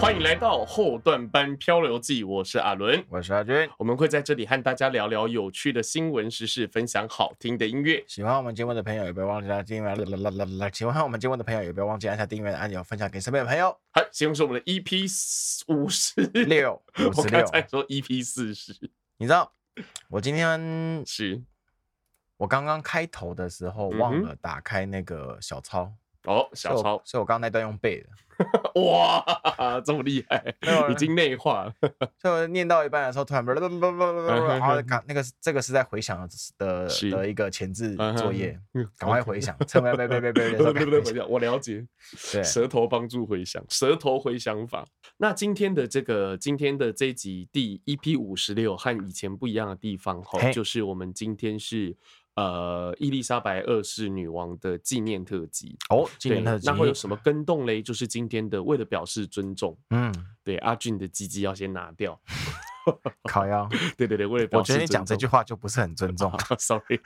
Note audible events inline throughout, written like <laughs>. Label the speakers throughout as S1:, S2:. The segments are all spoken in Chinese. S1: 欢迎来到后段班漂流记，我是阿伦。
S2: 我是阿军。
S1: 我们会在这里和大家聊聊有趣的新闻时事，分享好听的音乐。
S2: 喜欢我们节目的朋友，也不要忘记按下订阅。啦啦啦啦！喜欢我们节目的朋友，也不要忘记按下订阅的按钮，分享给身边的朋友。
S1: 好，先是我们的 EP 五十，
S2: 六五
S1: <laughs> 我
S2: 十
S1: 刚
S2: 六，
S1: 才说 EP 四十，
S2: 你知道我今天
S1: 是
S2: 我刚刚开头的时候
S1: 嗯哼
S2: 忘了打开那个小抄，
S1: 哦，小
S2: 所以我
S1: 超，
S2: 所以我刚刚那段用背的。
S1: 哇，这么厉害
S2: 没有，啊
S1: 已经内化了。
S2: 所以我念到一半的时候，突
S1: 嗯
S2: 然， <laughs> 然后赶那个是这个是在回想的
S1: 是
S2: 的一个前置
S1: 嗯哼
S2: 作业，
S1: 嗯
S2: <laughs> 赶快回想，趁背背背背背的时
S1: 不
S2: 候
S1: <laughs> 对
S2: 赶
S1: 不
S2: 快
S1: 对，
S2: 回想。
S1: 我我了解，
S2: 对
S1: 舌头帮助回想，舌头回想法。那今天的这个今天的这一集第 EP 五十六和以前不一样的地方哈，
S2: 嘿
S1: 就是我们今天是呃伊丽莎白二世女王的纪念特辑。
S2: 哦，今
S1: 对，
S2: 年的
S1: 那会有什
S2: 么？
S1: 么跟动嘞？就是今天的为了表示尊重， <laughs>
S2: 嗯，
S1: 对阿俊的鸡鸡要先拿掉。 <laughs>
S2: 烤腰。
S1: 对对对，为了表
S2: 我
S1: 示
S2: 觉得你讲这
S1: 尊重
S2: 句话就不是很尊重。
S1: 啊 <laughs> Sorry，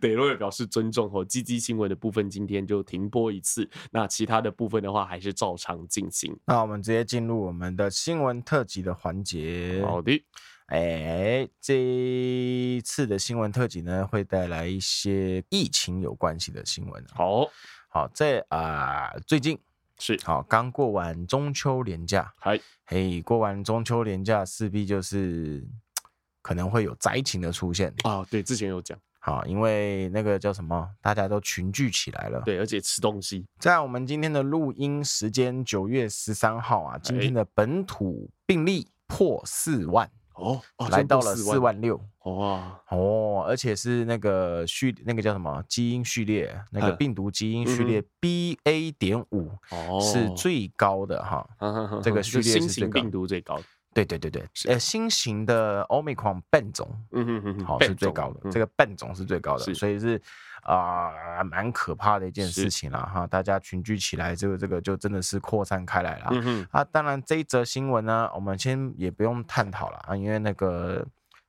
S1: 对，为了表示尊重哦，积极新闻的部分今天就停播一次，那其他的部分的话还是照常进行。
S2: 那我们直接进入我们的新闻特辑的环节。
S1: 好的，
S2: 哎，这一次的新闻特辑呢，会带来一些疫情有关系的新闻。，啊
S1: 好，
S2: 好，在啊、最近
S1: 是，
S2: 好刚过完中秋连假，
S1: 嗨，
S2: 嘿，过完中秋连假势必就是可能会有灾情的出现。
S1: 啊，对，之前有讲，
S2: 好，因为那个叫什么，大家都群聚起来了。
S1: 对，而且吃东西，
S2: 在我们今天的录音时间，九月十三号啊，今
S1: 哎
S2: 天的本土病例破四万，
S1: 哦，哦
S2: 来到了
S1: 真的
S2: 四万六。
S1: 哇，
S2: 哦，而且是那个序，那个叫什么基因序列，那个
S1: 嗯
S2: 病毒基因序列 B A 点五
S1: 哦，
S2: 是
S1: <laughs>
S2: 最高的哈。这个
S1: 是
S2: 序列
S1: 新
S2: 是这
S1: 型
S2: 个
S1: 病毒最高的，
S2: 对对对对，呃，新型的 Omicron 变种
S1: 嗯哼哼哼，
S2: 好
S1: 变
S2: 是最
S1: 种
S2: 高的，
S1: 嗯
S2: 这个变种是最高的，
S1: 是
S2: 所以是啊、蛮可怕的一件
S1: 是
S2: 事情啦哈。大家群聚起来，这个这个就真的是扩散开来了。
S1: 嗯哼，
S2: 啊，当然这一则新闻呢，我们先也不用探讨了啊，因为那个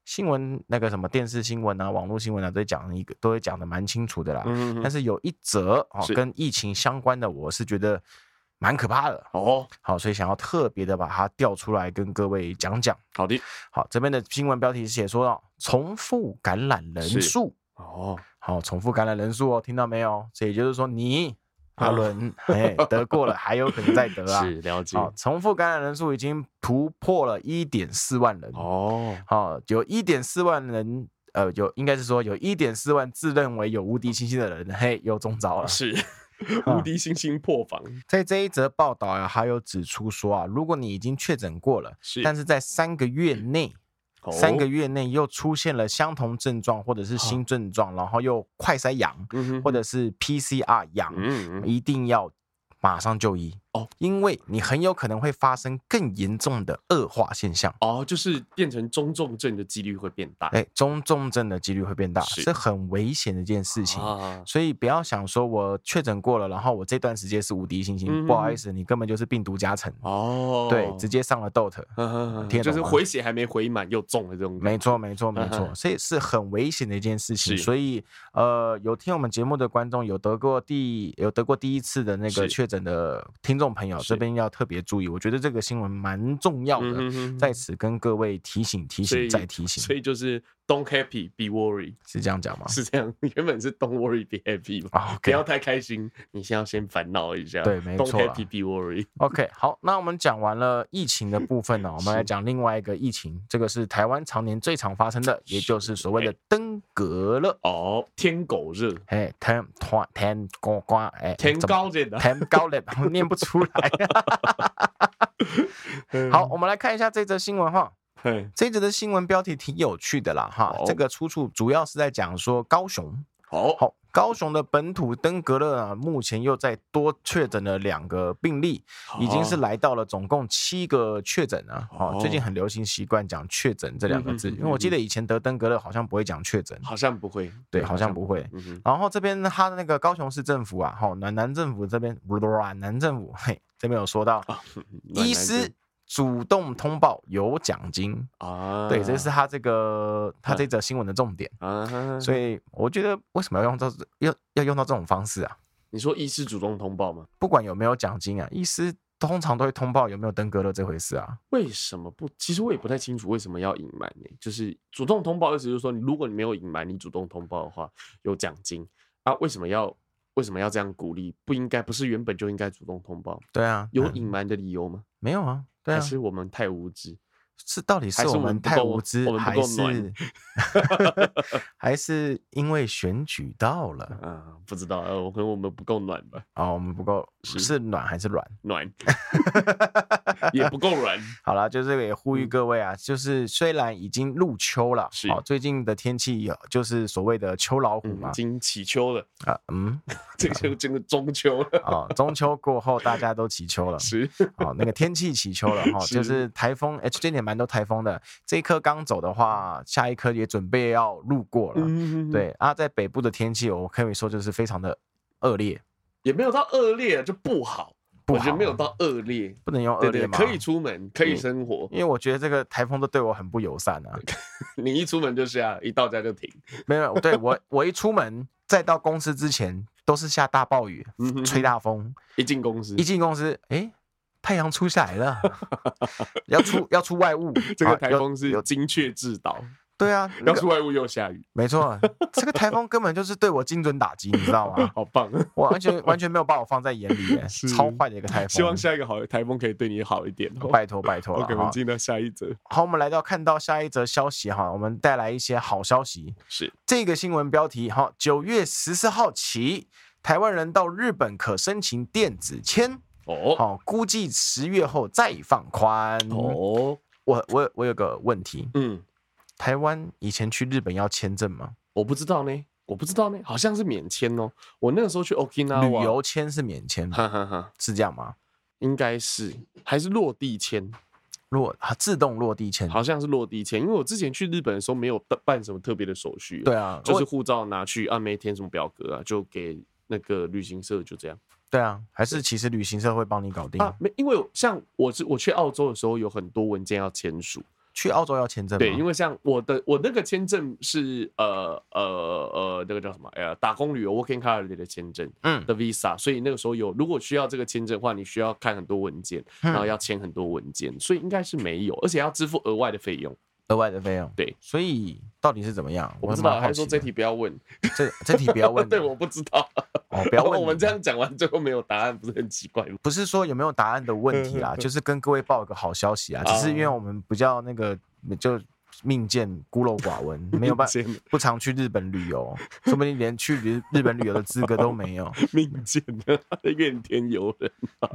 S2: 新闻那个什么电视新闻啊、网络新闻啊，都会讲一个都会讲的蛮清楚的啦。
S1: 嗯哼
S2: 啊但
S1: 哼，
S2: 是有一则哦
S1: 是
S2: 跟疫情相关的，我是觉得蛮可怕的。
S1: 哦，
S2: 好，所以想要特别的把它调出来跟各位讲讲。
S1: 好的，
S2: 好，这边的新闻标题是写说哦，重复感染
S1: 是
S2: 人数。
S1: 哦，
S2: 好，重复感染人数哦，听到没有？所以就是说你阿
S1: 啊
S2: 伦，哎，得过了，还有可能再得啊。
S1: <laughs> 是了解，
S2: 好，重复感染人数已经突破了一点四万人。哦，
S1: 哦，
S2: 好，有一点四万人，呃，有应该是说有一点四万自认为有无敌信心的人，嘿，又中招了。
S1: 是
S2: 啊
S1: <laughs> 无敌星星破防，
S2: 在这一则报道啊，还有指出说啊，如果你已经确诊过了，
S1: 是，哦
S2: 但
S1: 是
S2: 是在三个月内，三个
S1: 月，
S2: 月内又出现了相同症状或者是新症状，然后又快筛阳
S1: 嗯哼
S2: 或者是 PCR 阳，
S1: 嗯嗯
S2: 一定要马上就医
S1: 哦，
S2: 因为你很有可能会发生更严重的恶化现象。
S1: 哦，就是变成中重症的几率会变大。
S2: 哎，中重症的几率会变大，
S1: 是
S2: 是很危险的一件事情。
S1: 啊，
S2: 所以不要想说我确诊过了，然后我这段时间是无敌星星，
S1: 嗯
S2: 不好意思，你根本就是病毒加成，
S1: 哦，
S2: 对，直接上了 DOT。
S1: 呵呵呵
S2: 听得懂
S1: 就是
S2: 吗
S1: 回血还没回满又中了这种感觉，
S2: 啊没错，没错，没
S1: 嗯
S2: 错，所以是很危险的一件事情。
S1: 是
S2: 所以，呃，有听我们节目的观众，有得过第有得过第一次的那个
S1: 是
S2: 确诊的听众朋友，
S1: 是
S2: 这边要特别注意。我觉得这个新闻蛮重要
S1: 嗯
S2: 的，
S1: 哼哼
S2: 在此跟各位提醒、提
S1: 所以
S2: 醒再提醒，
S1: 所以就是 don't happy be worry
S2: 是这样讲吗？
S1: 是这样， <laughs> 原本是 don't worry be happy 嘛，
S2: 啊
S1: 不
S2: ，OK，
S1: 要太开心，你先要先烦恼一下，
S2: 对没错
S1: ，don't
S2: 啦
S1: happy be worry，
S2: OK，好，那我们讲完了疫情的部分呢、我们来讲另外一个疫情，这个是台湾常年最常发生的，也就是所谓的登革热。
S1: 哦，天狗热，
S2: 哎，天团天呱呱，哎，
S1: 天
S2: 怎么
S1: 高热的，
S2: 天高了，我念不出来。啊好，我们来看一下这则新闻哈。
S1: 嘿，
S2: 这则的新闻标题挺有趣的啦哈
S1: 好，
S2: 这个出处主要是在讲说高雄，
S1: 好，
S2: 好，高雄的本土登革热啊，目前又再多确诊了两个病例，已经是
S1: 好
S2: 来到了总共七个确诊了。哦
S1: 哦，
S2: 最近很流行习惯讲确诊这两个字，
S1: 嗯哼
S2: 因为我记得以前得登革热好像不会讲确诊。
S1: 好像不会，
S2: 对，好像不会。
S1: 嗯哼，
S2: 然后这边他的那个高雄市政府啊，哈，暖男政府这边，暖男政府，嘿，这边有说到，
S1: 啊暖
S2: 医
S1: 男
S2: 师
S1: 症
S2: 主动通报有奖金，
S1: 啊，
S2: 对，这是他这个他
S1: 嗯
S2: 这则新闻的重点。
S1: 啊，
S2: 所
S1: 以
S2: 以我觉得为什么要用到这要要用到这种方式啊？
S1: 你说医师主动通报吗？
S2: 不管有没有奖金啊，医师通常都会通报有没有登革热这回事啊。
S1: 为什么不？其实我也不太清楚为什么要隐瞒呢？就是主动通报，意思就是说，你如果你没有隐瞒，你主动通报的话有奖金啊？为什么要为什么要这样鼓励？不应该，不是原本就应该主动通报？
S2: 对啊，
S1: 有
S2: 嗯
S1: 隐瞒的理由吗？
S2: 没有啊？对
S1: 还
S2: 啊，
S1: 是我们太无知？
S2: 是到底
S1: 还是
S2: 是我
S1: 我们
S2: 们
S1: 不
S2: 太
S1: 够
S2: 无知
S1: 我，们不
S2: 还
S1: 够
S2: 是
S1: 暖
S2: <laughs> 还是因为选举到了
S1: 啊，不知道，呃，我可能我们不够暖吧，
S2: 哦，我们不够
S1: 是
S2: 是暖还是软？ <laughs>
S1: 暖也不够软。
S2: 好啦，就是也呼吁
S1: 嗯
S2: 各位啊，就是虽然已经入秋了，
S1: 是
S2: 哦，最近的天气有就是所谓的秋老虎
S1: 嗯，
S2: 嘛
S1: 已，经起秋了，
S2: 啊，嗯，
S1: 这个这个中秋了，，
S2: 哦，中秋过后大家都起秋了
S1: <laughs> 是
S2: 哦，那个天气起秋了哈，哦
S1: <laughs> 是
S2: 就是台风，哎，这年蛮多台风的，这一颗刚走的话，下一颗也准备要路过了，
S1: 嗯，
S2: 对啊，在北部的天气，我可以说就是非常的恶劣，
S1: 也没有到恶劣，啊就不好，
S2: 不
S1: 我觉得
S2: 好啊
S1: 没有到恶劣，
S2: 不能用恶
S1: 对
S2: 劣
S1: 对，
S2: 嘛，
S1: 可以出门，可以
S2: 嗯
S1: 生活。
S2: 因为我觉得这个台风都对我很不友善啊。
S1: <laughs> 你一出门就下，一到家就停。
S2: 没有，对我我一出门，再到公司之前都是下大暴雨
S1: 嗯哼、
S2: 吹大风，
S1: 一进公司
S2: 一，进公司，诶，太阳出下来
S1: <laughs>，
S2: 了，要出要出外务
S1: 这个
S2: 啊
S1: 台
S2: 有
S1: 风是
S2: 有
S1: 精确制导，
S2: 对啊，那
S1: 要
S2: 个
S1: 出外务又下雨，？
S2: 没错，这个台风根本就是对我精准打击，你知道吗
S1: 好棒！
S2: 我完全完全没有把我放在眼里耶
S1: 是，
S2: 超坏的一个台风。
S1: 希望下一个好的台风可以对你好一点哦。
S2: 拜托拜托了
S1: OK，我
S2: 哈
S1: 们。进到下一则，
S2: 好，我们来到看到下一则消息哈，我们带来一些好消息。
S1: 是
S2: 这个新闻标题哈，九月十四号起，台湾人到日本可申请电子签，
S1: 哦
S2: 好、估计十月后再放宽。
S1: 哦，
S2: 我我我有个问题，
S1: 嗯，
S2: 台湾以前去日本要签证吗？
S1: 我不知道呢，我不知道呢，好像是免签哦。我那个时候去 Okinawa
S2: 旅，游签是免签，
S1: 啊哈哈哈，
S2: 是这样吗？
S1: 应该是还是落地签，
S2: 落啊自动落地签，
S1: 好像是落地签，因为我之前去日本的时候没有办什么特别的手续，哦
S2: 对啊，
S1: 就是
S2: 我
S1: 护照拿去啊，没填什么表格啊，就给那个旅行社就这样
S2: 对啊，还是其实旅行社会帮你搞定。
S1: 啊。没，因为像我是我去澳洲的时候，有很多文件要签署，
S2: 去澳洲要签证吗？
S1: 对，因为像我的我那个签证是呃呃呃那个叫什么呃打工旅游 working holiday 的签证
S2: 嗯
S1: 的 visa，所以那个时候有如果需要这个签证的话，你需要看很多文件，然后
S2: 嗯，
S1: 要签很多文件，所以应该是没有，而且要支付额外的费用。
S2: 额外的费用。
S1: 对，
S2: 所以到底是怎么样？
S1: 我不知
S2: 蛮
S1: 道，
S2: 好
S1: 还是说
S2: 奇
S1: 这
S2: 的
S1: 题不要问？
S2: 这这题不要问你，
S1: <laughs> 对，我不知道。
S2: 哦，不要
S1: <laughs>
S2: 问
S1: 我们
S2: 你
S1: 这样讲完最后没有答案，不是很奇怪吗？
S2: 不是说有没有答案的问题
S1: 嗯
S2: 啦，就是跟各位报个好消息啊，只是因为
S1: 哦
S2: 我们比较那个就命贱孤陋寡闻，没
S1: <laughs>
S2: 有办法
S1: 民间
S2: 不常去日本旅游，说不定连去日日本旅游的资格都
S1: <laughs>
S2: 没有。
S1: 命贱的怨天尤人。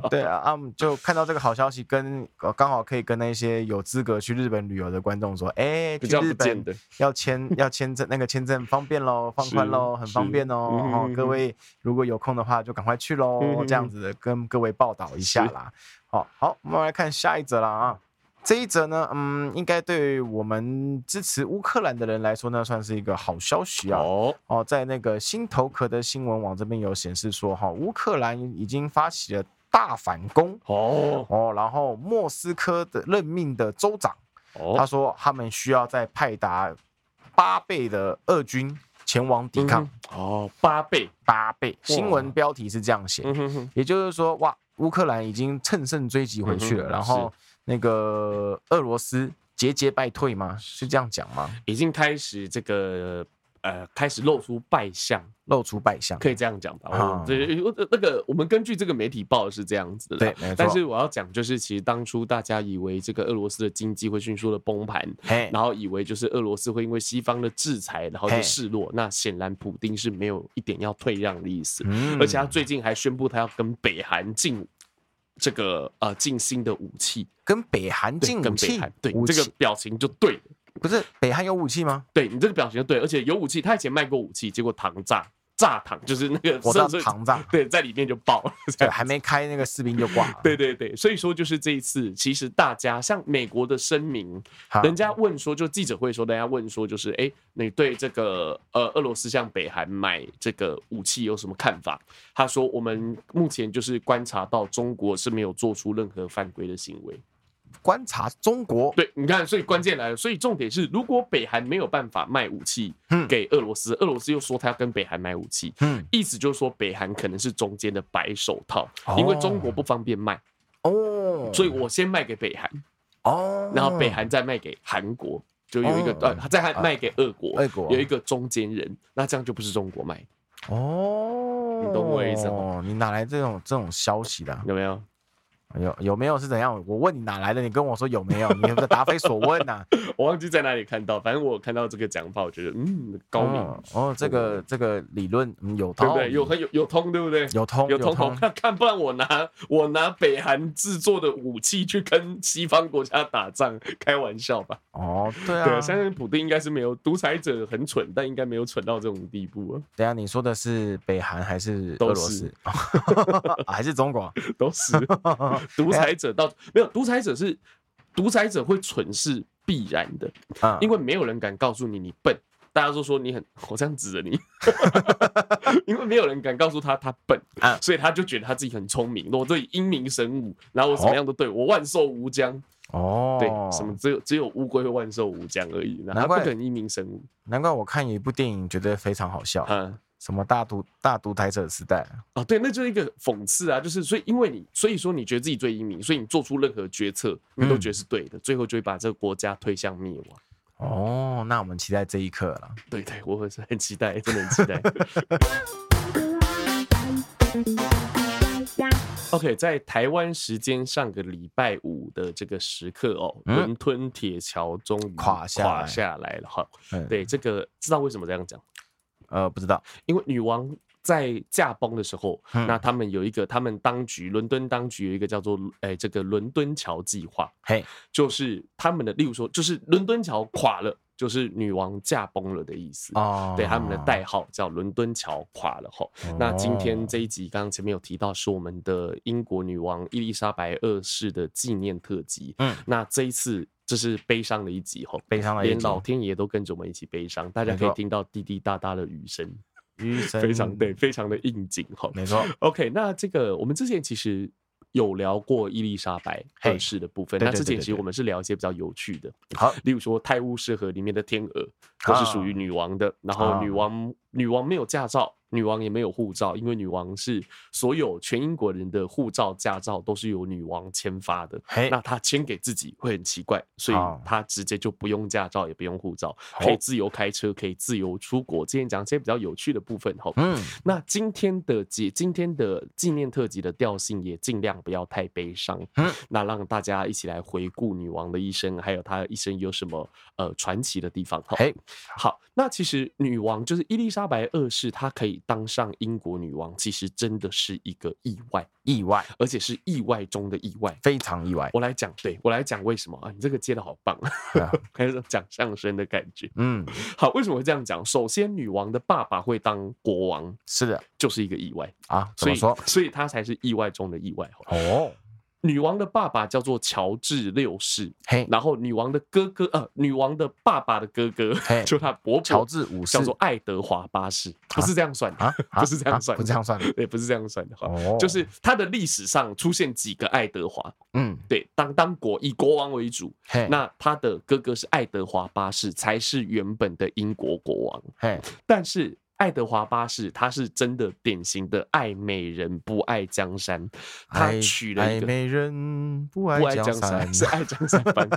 S2: 对啊，啊，我们就看到这个好消息，跟呃刚好可以跟那些有资格去日本旅游的观众说，哎，
S1: <laughs>
S2: 去
S1: 比较不
S2: 日
S1: 见
S2: 本
S1: 得
S2: 要签要签证，那个签证方便喽，放宽喽，
S1: 是
S2: 很方便哦。
S1: 是嗯
S2: 哦
S1: 嗯，
S2: 各
S1: 嗯
S2: 位如果有空的话，就赶快去喽
S1: 嗯嗯，
S2: 这样子的跟各位报道一下啦。好、好，我们来看下一则啦啊。这一则呢，嗯，应该对于我们支持乌克兰的人来说呢，算是一个好消息啊。
S1: 哦，
S2: 哦，在那个新头壳的新闻网这边有显示说，哈、乌克兰已经发起了大反攻
S1: 哦，
S2: 哦，然后莫斯科的任命的州长他
S1: 哦，
S2: 说他们需要再派达八倍的俄军前往抵抗，
S1: 嗯哼哦，八倍，
S2: 八倍。新闻标题是这样写，
S1: 嗯哼哼，
S2: 也就是说，哇，乌克兰已经乘胜追击回去了，
S1: 嗯哼
S2: 然后那个俄罗斯节节败退吗？是这样讲吗？
S1: 已经开始这个呃，开始露出败相，
S2: 露出败相，
S1: 可以这样讲吧？
S2: 啊
S1: 哦，对，因为那个我们根据这个媒体报是这样子的啦，
S2: 对，没错。
S1: 但是我要讲，就是其实当初大家以为这个俄罗斯的经济会迅速的崩盘，
S2: 嘿，
S1: 然后以为就是俄罗斯会因为西方的制裁，然后就
S2: 嘿
S1: 示弱。那显然普丁是没有一点要退让的意思，
S2: 嗯
S1: 而且他最近还宣布他要跟北韩进这个呃进新的武器，
S2: 跟北韩
S1: 对
S2: 进
S1: 跟
S2: 武
S1: 北
S2: 器
S1: 韩，，对
S2: 武
S1: 这
S2: 器
S1: 个表情就对了，
S2: 不是北韩有武器吗？
S1: 对你这个表情就对，而且有武器，他以前卖过武器，结果糖炸炸糖就是那个
S2: 我知道
S1: 甚至
S2: 膛炸，
S1: <laughs> 对，在里面就爆了，这
S2: 对，
S1: 样
S2: 还没开那个士兵就挂了。
S1: 对对对，所以说就是这一次，其实大家像美国的声明，
S2: 好，
S1: 人家问说，就记者会说，人家问说，就是哎、诶你对这个呃俄罗斯向北韩买这个武器有什么看法？他说，我们目前就是观察到中国是没有做出任何犯规的行为。
S2: 观察中国，
S1: 对，你看，所以关键来了，所以重点是，如果北韩没有办法卖武器
S2: 嗯
S1: 给俄罗斯，俄罗斯又说他要跟北韩买武器，
S2: 嗯，
S1: 意思就是说北韩可能是中间的白手套，因为中国不方便卖。
S2: 哦，
S1: 所以我先卖给北韩，
S2: 哦，
S1: 然后北韩再卖给韩国，就有一个
S2: 哦
S1: 呃，他再还卖给俄国，
S2: 俄国
S1: 有一个中间人，那这样就不是中国卖，
S2: 哦，
S1: 你懂我意思吗？
S2: 你哪来这种这种消息的啊？
S1: 有没有？
S2: 有有没有是怎样？我问你哪来的，你跟我说
S1: <laughs>
S2: 有没有？你不是答非所问呐、啊
S1: 我忘记在哪里看到，反正我看到这个讲法，我觉得嗯高明，
S2: 哦哦，这个这个理论、嗯、有
S1: 对
S2: 道
S1: 不
S2: 理，
S1: 对？有很有有通，对不对？
S2: 有通
S1: 有通好看，看不然我拿我拿北韩制作的武器去跟西方国家打仗，开玩笑吧？
S2: 哦，对
S1: 对
S2: 啊
S1: 啊，。相信普丁应该是没有独裁者很蠢，但应该没有蠢到这种地步 <laughs> 啊，
S2: 等一下你说的是北韩还是
S1: 都
S2: 俄罗
S1: 是
S2: 斯？ <laughs> 还是中国？嗯
S1: 都是独裁者到没有独裁者是独裁者会蠢是必然的，
S2: 嗯，
S1: 因为没有人敢告诉你你笨，大家都说你很， <laughs> 我这样指着你，因为没有人敢告诉他他笨
S2: 啊，
S1: 所以他就觉得他自己很聪明，我对英明神武，然后我怎么样都对，我万寿无疆。
S2: 哦，
S1: 对，什么只有只有乌龟会万寿无疆而已，那他
S2: 难
S1: 不
S2: 怪
S1: 可能一鸣神武
S2: 难怪我看有一部电影觉得非常好笑，
S1: 啊
S2: 什么大独大独裁者时代，
S1: 啊！对，那就是一个讽刺啊，就是所以因为你，所以说你觉得自己最英明，所以你做出任何决策，你都
S2: 嗯
S1: 觉得是对的，最后就会把这个国家推向灭亡。
S2: 哦，那我们期待这一刻了。
S1: 对对，我很很期待，真的很期
S2: <laughs>
S1: 待。OK，在台湾时间上个礼拜五的这个时刻哦，
S2: 嗯
S1: 伦敦铁桥终于
S2: 垮下
S1: 垮
S2: 来
S1: 下来了哈。
S2: 嗯，，
S1: 对，这个知道为什么这样讲？
S2: 呃，不知道，
S1: 因为女王在驾崩的时候，
S2: 嗯
S1: 那他们有一个，他们当局伦敦当局有一个叫做诶、这个伦敦桥计划，
S2: 嘿，
S1: 就是他们的，例如说，就是伦敦桥垮了，就是女王驾崩了的意思。
S2: 哦，
S1: 对，他们的代号叫伦敦桥垮了吼。
S2: 哦，
S1: 那今天这一集，刚刚前面有提到，是我们的英国女王伊丽莎白二世的纪念特辑。
S2: 嗯
S1: 那这一次这是悲伤的一集吼，
S2: 悲伤的一
S1: 连
S2: 集
S1: 老天爷都跟着我们一起悲伤，大家
S2: 没
S1: 可以
S2: 错
S1: 听到滴滴答答的雨声。
S2: 余生
S1: 非常对，，非常的应景哈。
S2: 没错，
S1: OK，那这个我们之前其实有聊过伊丽莎白
S2: 嘿
S1: 二世的部分，
S2: 对
S1: 那
S2: 对
S1: 之
S2: 对
S1: 前
S2: 对
S1: 其实
S2: 对
S1: 我们是聊一些比较有趣的， <laughs>
S2: 好，
S1: 例如说《泰晤士河》里面的天鹅都是属于女王的，然后
S2: 啊
S1: 女王女王没有驾照，女王也没有护照，因为女王是所有全英国人的护照驾照都是由女王签发的。
S2: 嘿，
S1: 那她签给自己会很奇怪，所以
S2: 好
S1: 她直接就不用驾照，也不用护照，可以自由开车，可以自由出国。今天讲一些比较有趣的部分哈。
S2: 嗯，
S1: 那今天的节，今天的纪念特辑的调性也尽量不要太悲伤，
S2: 嗯
S1: 那让大家一起来回顾女王的一生，还有她一生有什么呃传奇的地方。好，
S2: 嘿，
S1: 好，那其实女王就是伊丽莎白二世，她可以当上英国女王，其实真的是一个意外，
S2: 意外，
S1: 而且是意外中的意外。
S2: 非常意外，
S1: 我来讲，对我来讲为什么啊？你这个接的好棒，
S2: 啊
S1: <laughs> 还有种讲相声的感觉。
S2: 嗯，
S1: 好，为什么会这样讲？首先，女王的爸爸会当国王，
S2: 是的
S1: 就是一个意外。
S2: 啊，怎
S1: 所
S2: 么
S1: 以
S2: 说？
S1: 所以他才是意外中的意外。
S2: 哦，
S1: 女王的爸爸叫做乔治六世，
S2: 嘿，
S1: 然后女王的哥哥，呃，女王的爸爸的哥哥
S2: 嘿，
S1: 就他伯
S2: 乔
S1: 伯，
S2: 治五世
S1: 叫做爱德华八世，不是这样算的，
S2: 啊，啊
S1: <laughs> 不是这样
S2: 啊
S1: 算
S2: 不这
S1: <laughs>
S2: 样算的，
S1: 对，不是这样算的哈。
S2: 哦，
S1: 就是他的历史上出现几个爱德华，
S2: 嗯，
S1: 对，当当国以国王为主，
S2: 嘿，
S1: 那他的哥哥是爱德华八世，才是原本的英国国王。
S2: 嘿，
S1: 但是爱德华八世他是真的典型的爱美人不爱江山，他
S2: 爱
S1: 娶了一
S2: 爱
S1: 个
S2: 美人不爱
S1: 不爱江
S2: 江
S1: 山， <laughs> 是爱江山
S2: <laughs>
S1: 翻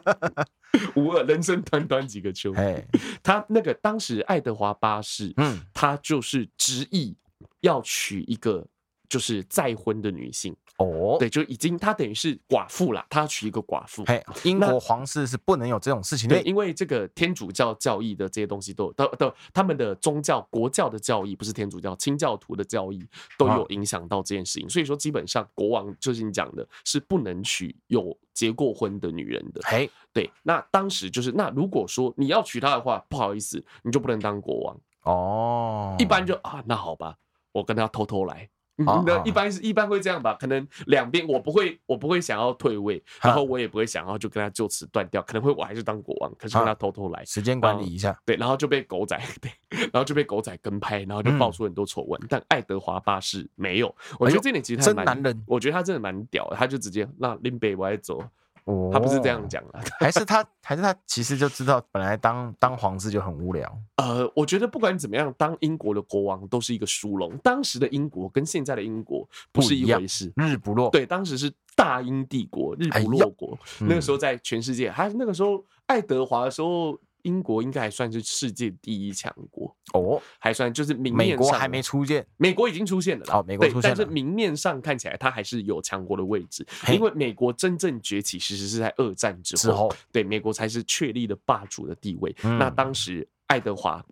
S1: 无二人生短短几个秋。
S2: 嘿，
S1: 他那个当时爱德华八世，
S2: 嗯，
S1: 他就是执意要娶一个就是再婚的女性，
S2: 哦，
S1: 对，就已经他等于是寡妇啦，他要娶一个寡妇。
S2: 嘿，英
S1: 那
S2: 国皇室是不能有这种事情的
S1: 对，，因为这个天主教教义的这些东西都有，都都他们的宗教国教的教义，不是天主教，清教徒的教义都有
S2: 啊
S1: 影响到这件事情。所以说，基本上国王就是你讲的，是不能娶有结过婚的女人的。
S2: 嘿，
S1: 对，那当时就是，那如果说你要娶她的话，不好意思，你就不能当国王。
S2: 哦，
S1: 一般就啊，那好吧，我跟他偷偷来。
S2: 啊
S1: 嗯，那
S2: 啊
S1: 一般是一般会这样吧，可能两边我不会，我不会想要退位，
S2: 啊
S1: 然后我也不会想要就跟他就此断掉，可能会我还是当国王，可是跟他
S2: 啊
S1: 偷偷来，
S2: 时间管理一下，
S1: 对，然后就被狗仔 <laughs> 对，然后就被狗仔跟拍，然后就爆出很多丑闻。但爱德华八世没有，我觉
S2: 嗯哎
S1: 得
S2: 呦
S1: 这点其实他
S2: 真
S1: 蛮
S2: 男人
S1: 我觉得他真的蛮屌的，他就直接那林北我来走，
S2: 哦
S1: 他不是这样，讲啊的。 <laughs>
S2: 还是他还是他其实就知道本来当当皇室就很无聊，
S1: 呃，我觉得不管怎么样，当英国的国王都是一个殊荣。当时的英国跟现在的英国不是
S2: 不一
S1: 一
S2: 样
S1: 回事。
S2: 日不落。
S1: 对，当时是大英帝国，日
S2: 哎
S1: 不落
S2: 呦
S1: 国。
S2: 嗯，
S1: 那个时候在全世界，还那个时候爱德华的时候，英国应该还算是世界第一强国，
S2: 哦，
S1: 还算就是明面
S2: 美
S1: 上
S2: 国还没出现，
S1: 美国已经出现了啦
S2: 哦美国
S1: 对
S2: 出现了
S1: 但是明面上看起来它还是有强国的位置，
S2: 嘿
S1: 因为美国真正崛起其实是在二战之后，
S2: 之后
S1: 对美国才是确立了霸主的地位。
S2: 嗯
S1: 那当时爱德华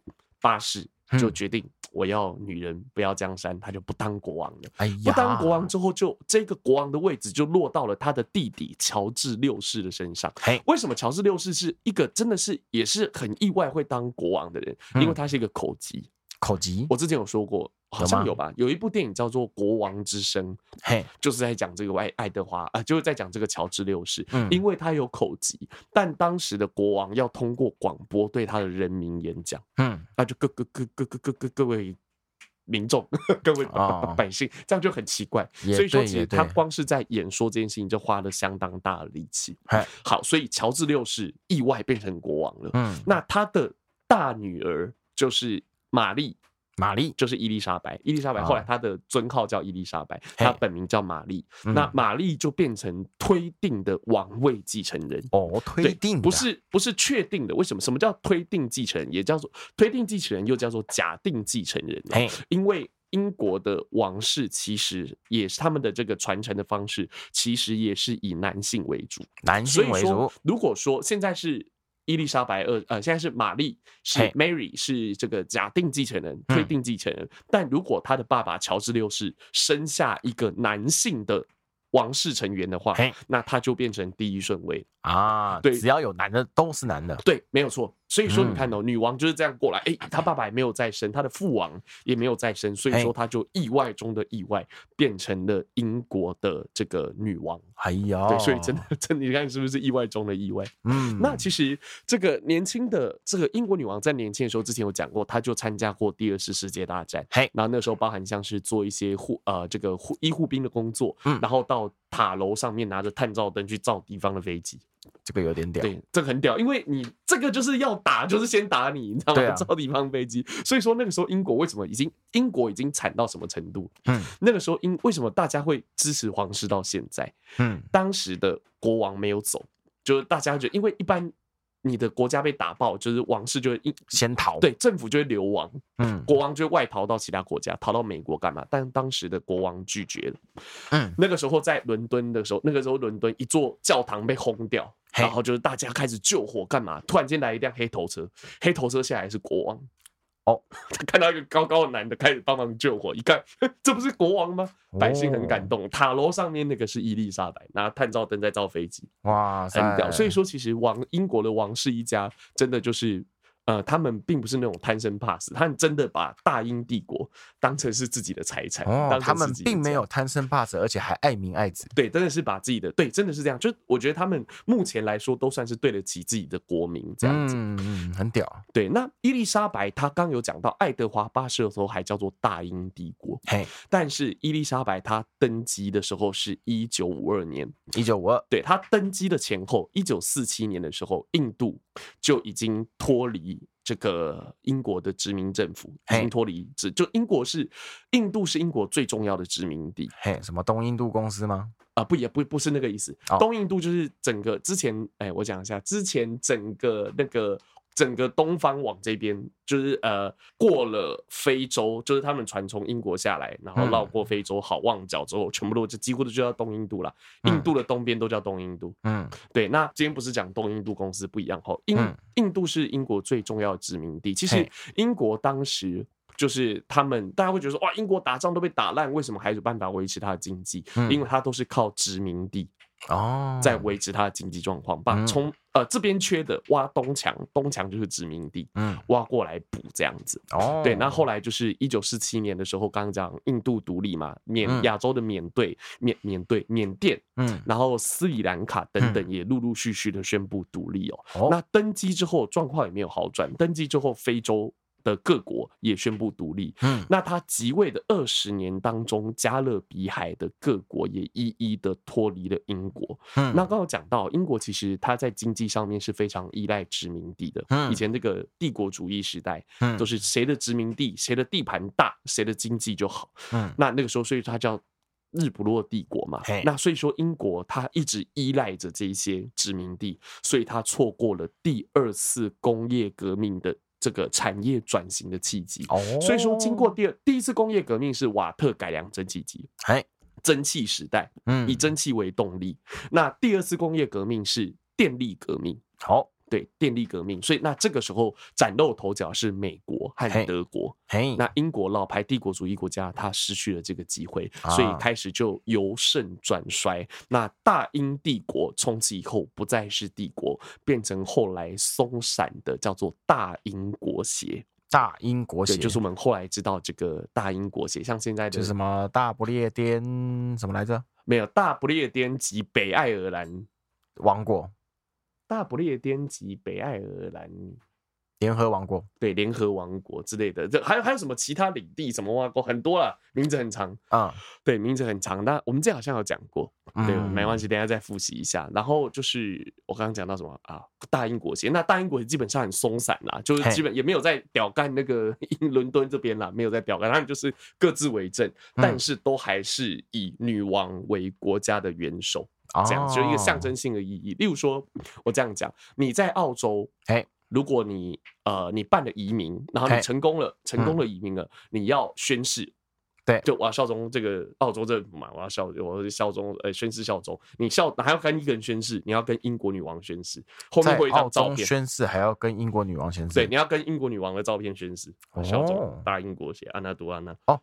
S1: 八世就决定。我要女人不要江山，他就不当国王了。
S2: 哎呀，
S1: 不当国王之后就，这个国王的位置就落到了他的弟弟乔治六世的身上。
S2: 嘿，
S1: 为什么乔治六世是一个真的是也是很意外会当国王的人？
S2: 嗯
S1: 因为他是一个口疾。
S2: 口疾，
S1: 我之前有说过，好
S2: 有
S1: 像
S2: 吗
S1: 有吧？有一部电影叫做《国王之声》，
S2: 嘿，
S1: 就是在讲这个爱爱德华啊、呃就是在讲这个乔治六世，
S2: 嗯
S1: 因为他有口疾，但当时的国王要通过广播对他的人民演讲，
S2: 嗯，
S1: 那就各各各各各各各各位。民众 <laughs> 各位
S2: 哦
S1: 百姓，这样就很奇怪。
S2: 也
S1: 所以说，
S2: 对
S1: 其
S2: 也
S1: 实他
S2: 对
S1: 光是在演说这件事情就花了相当大的力气
S2: 嗨。
S1: 好，所以乔治六世意外变成国王了。
S2: 嗯，
S1: 那他的大女儿就是玛丽，
S2: 玛丽，
S1: 就是伊丽莎白。伊丽莎白
S2: 啊
S1: 后来她的尊号叫伊丽莎白，她本名叫玛丽。
S2: 嗯
S1: 那玛丽就变成推定的王位继承人。
S2: 哦，
S1: 对
S2: 推定的
S1: 不是不是确定的，为什么？什么叫推定继承人？也叫做推定继承人，又叫做假定继承人哦。
S2: 嘿，
S1: 因为英国的王室其实也是他们的这个传承的方式，其实也是以男性为主。
S2: 男
S1: 所
S2: 性
S1: 以
S2: 为
S1: 说
S2: 主，，
S1: 如果说现在是伊丽莎白二，呃，现在是玛丽是
S2: 嘿
S1: Mary 是这个假定继承人、
S2: 嗯
S1: 推定继承人，但如果他的爸爸乔治六世生下一个男性的王室成员的话
S2: 嘿，
S1: 那他就变成第一顺位。
S2: 啊，
S1: 啊对
S2: 只要有男的都是男的，
S1: 对，没有错。所以说，你
S2: 嗯
S1: 看哦，女王就是这样过来，哎，她爸爸也没有再生，她的父王也没有再生，所以
S2: 嘿
S1: 说她就意外中的意外变成了英国的这个女王。
S2: 哎呀，
S1: 对，所以真的，真的，你看是不是意外中的意外？
S2: 嗯，
S1: 那其实这个年轻的这个英国女王在年轻的时候，之前有讲过，她就参加过第二次世界大战。
S2: 嘿，
S1: 然后那时候包含像是做一些护呃这个护医护兵的工作，
S2: 嗯
S1: 然后到塔楼上面拿着探照灯去照敌方的飞机，
S2: 这个有点屌，
S1: 对，这个很屌，因为你这个就是要打，就是先打你，你知道吗？
S2: 对啊
S1: <laughs> 照敌方飞机，所以说那个时候英国为什么已经英国已经惨到什么程度？
S2: 嗯
S1: 那个时候英为什么大家会支持皇室到现在？
S2: 嗯，
S1: 当时的国王没有走，就是大家觉得，因为一般你的国家被打爆，就是王室就会一
S2: 先逃，，
S1: 对政府就会流亡，
S2: 嗯
S1: 国王就会外逃到其他国家，逃到美国干嘛？但当时的国王拒绝了。
S2: 嗯，
S1: 那个时候在伦敦的时候，那个时候伦敦一座教堂被轰掉，
S2: 嘿
S1: 然后就是大家开始救火干嘛？突然间来一辆黑头车，黑头车下来是国王。
S2: 哦，
S1: <laughs> 他看到一个高高的男的开始帮忙救火，一看， <laughs> 呵这不是国王吗？ <laughs> 百姓很
S2: 哦
S1: 感动。塔楼上面那个是伊丽莎白，拿探照灯在照飞机，
S2: 哇塞，
S1: 很屌。所以说，其实王英国的王室一家真的就是。呃，他们并不是那种贪生怕死，他们真的把大英帝国当成是自己的财产，
S2: 哦，
S1: 当成
S2: 他
S1: 是
S2: 们
S1: 自己的
S2: 并
S1: 家
S2: 没有贪生怕死，而且还爱民爱子，
S1: 对，真的是把自己的对，真的是这样。就我觉得他们目前来说都算是对得起自己的国民这样子。
S2: 嗯嗯，很屌，
S1: 对，那伊丽莎白她刚有讲到，爱德华八世的时候还叫做大英帝国，
S2: 嘿，
S1: 但是伊丽莎白她登基的时候是一九五二年，
S2: 一九五二，
S1: 对她登基的前后，一九四七年的时候，印度就已经脱离。这个英国的殖民政府已
S2: 嘿
S1: 经脱离殖，就英国是印度是英国最重要的殖民地，
S2: 嘿，什么东印度公司吗？
S1: 啊、不也不不是那个意思。
S2: 哦
S1: 东印度就是整个之前，哎，我讲一下，之前整个那个整个东方往这边，就是呃过了非洲，就是他们船从英国下来，然后
S2: 嗯
S1: 绕过非洲好望角之后，全部都就几乎都就叫东印度啦。印
S2: 嗯
S1: 度的东边都叫东印度。
S2: 嗯，
S1: 对，那今天不是讲东印度公司不一样哈，印、
S2: 嗯
S1: 印度是英国最重要的殖民地。其实
S2: 嘿
S1: 英国当时就是他们，大家会觉得说，哇，英国打仗都被打烂，为什么还有办法维持它的经济？
S2: 嗯
S1: 因为它都是靠殖民地
S2: 哦，
S1: 在维持它的经济状况，把
S2: 嗯
S1: 从呃这边缺的挖东墙，东墙就是殖民地，
S2: 嗯，
S1: 挖过来补这样子。
S2: 哦，
S1: 对，那后来就是一九四七年的时候，刚刚讲印度独立嘛，缅
S2: 嗯
S1: 亚洲的缅队、缅缅队、缅甸，
S2: 嗯，
S1: 然后斯里兰卡等等也陆陆续续的宣布独立哦。
S2: 哦，
S1: 那登基之后状况也没有好转，登基之后非洲的各国也宣布独立。
S2: 嗯
S1: 那他即位的二十年当中，加勒比海的各国也一一的脱离了英国。
S2: 嗯
S1: 那刚刚讲到，英国其实它在经济上面是非常依赖殖民地的。
S2: 嗯
S1: 以前这个帝国主义时代，
S2: 嗯
S1: 就是谁的殖民地、谁的地盘大，谁的经济就好。
S2: 嗯
S1: 那那个时候，所以它叫日不落帝国嘛
S2: 嘿。
S1: 那所以说，英国它一直依赖着这一些殖民地，所以它错过了第二次工业革命的这个产业转型的契机。
S2: 哦，
S1: 所以说，经过第二第一次工业革命是瓦特改良蒸汽机，
S2: 哎
S1: 蒸汽时代
S2: 嗯
S1: 以蒸汽为动力。那第二次工业革命是电力革命，
S2: 好
S1: 对电力革命。所以那这个时候崭露头角是美国
S2: 嘿
S1: 和德国。
S2: 嘿
S1: 那英国老牌帝国主义国家，它失去了这个机会，
S2: 啊
S1: 所以开始就由盛转衰。那大英帝国从此以后不再是帝国，变成后来松散的叫做大英国协。
S2: 大英国
S1: 对，
S2: 协
S1: 就是我们后来知道这个大英国协，像现在
S2: 就
S1: 的
S2: 是什么大不列颠什么来着
S1: 没有大不列颠及北爱尔兰，
S2: 王国
S1: 大不列颠及北爱尔兰
S2: 联合王国
S1: 对联合王国之类的，这还有还有什么其他领地什么哇，很多啦，名字很长，
S2: 嗯
S1: 对，名字很长。那我们这好像有讲过，对，
S2: 嗯
S1: 没关系，等一下再复习一下。然后就是我刚刚讲到什么啊，大英国协，那大英国协基本上很松散啦，就是
S2: 嘿
S1: 基本也没有在屌干那个 <laughs> 英伦敦这边啦，没有在屌干，他们就是各自为政，但
S2: 嗯
S1: 是都还是以女王为国家的元首，这
S2: 哦
S1: 样就一个象征性的意义。例如说，我这样讲，你在澳洲，
S2: 嘿
S1: 如果你呃你办了移民，然后
S2: 嘿嗯
S1: 你成功了，成功了移民了，你要宣誓。
S2: 对
S1: 就我要效忠这个澳洲政府嘛，我要效，我要效忠，呃，宣誓效忠。你效还要跟一个人宣誓，你要跟英国女王宣誓，后面
S2: 在
S1: 会有一
S2: 澳
S1: 张照
S2: 洲
S1: 片，
S2: 宣誓还要跟英国女王宣誓
S1: 对，你要跟英国女王的照片宣誓，
S2: 哦
S1: 效忠大英国协安娜杜安娜。
S2: 啊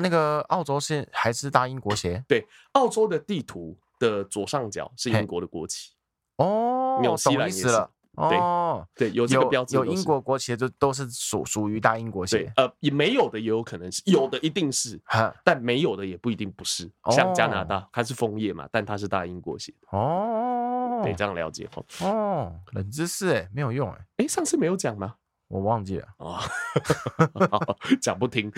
S2: 那个澳洲是还是大英国协
S1: 澳洲的地图的左上角是
S2: 嘿
S1: 英国的国旗，
S2: 哦，
S1: 纽西
S2: 懂
S1: 兰
S2: 意
S1: 也
S2: 思
S1: 是
S2: 了哦。
S1: 对，有这个
S2: 有
S1: 标志
S2: 有
S1: 都
S2: 英
S1: 是
S2: 国国协就都是属属于大英国
S1: 对
S2: 协，，
S1: 呃，也没有的也有可能是，有的一定是，
S2: 哈
S1: 但没有的也不一定不是。像加拿大，它是枫叶嘛，但它是大英国写的，
S2: 哦
S1: 得这样了解哈。
S2: 哦，冷知识哎，没有用哎，
S1: 哎，上次没有讲吗？
S2: 我忘记了。
S1: 哦，好讲不听。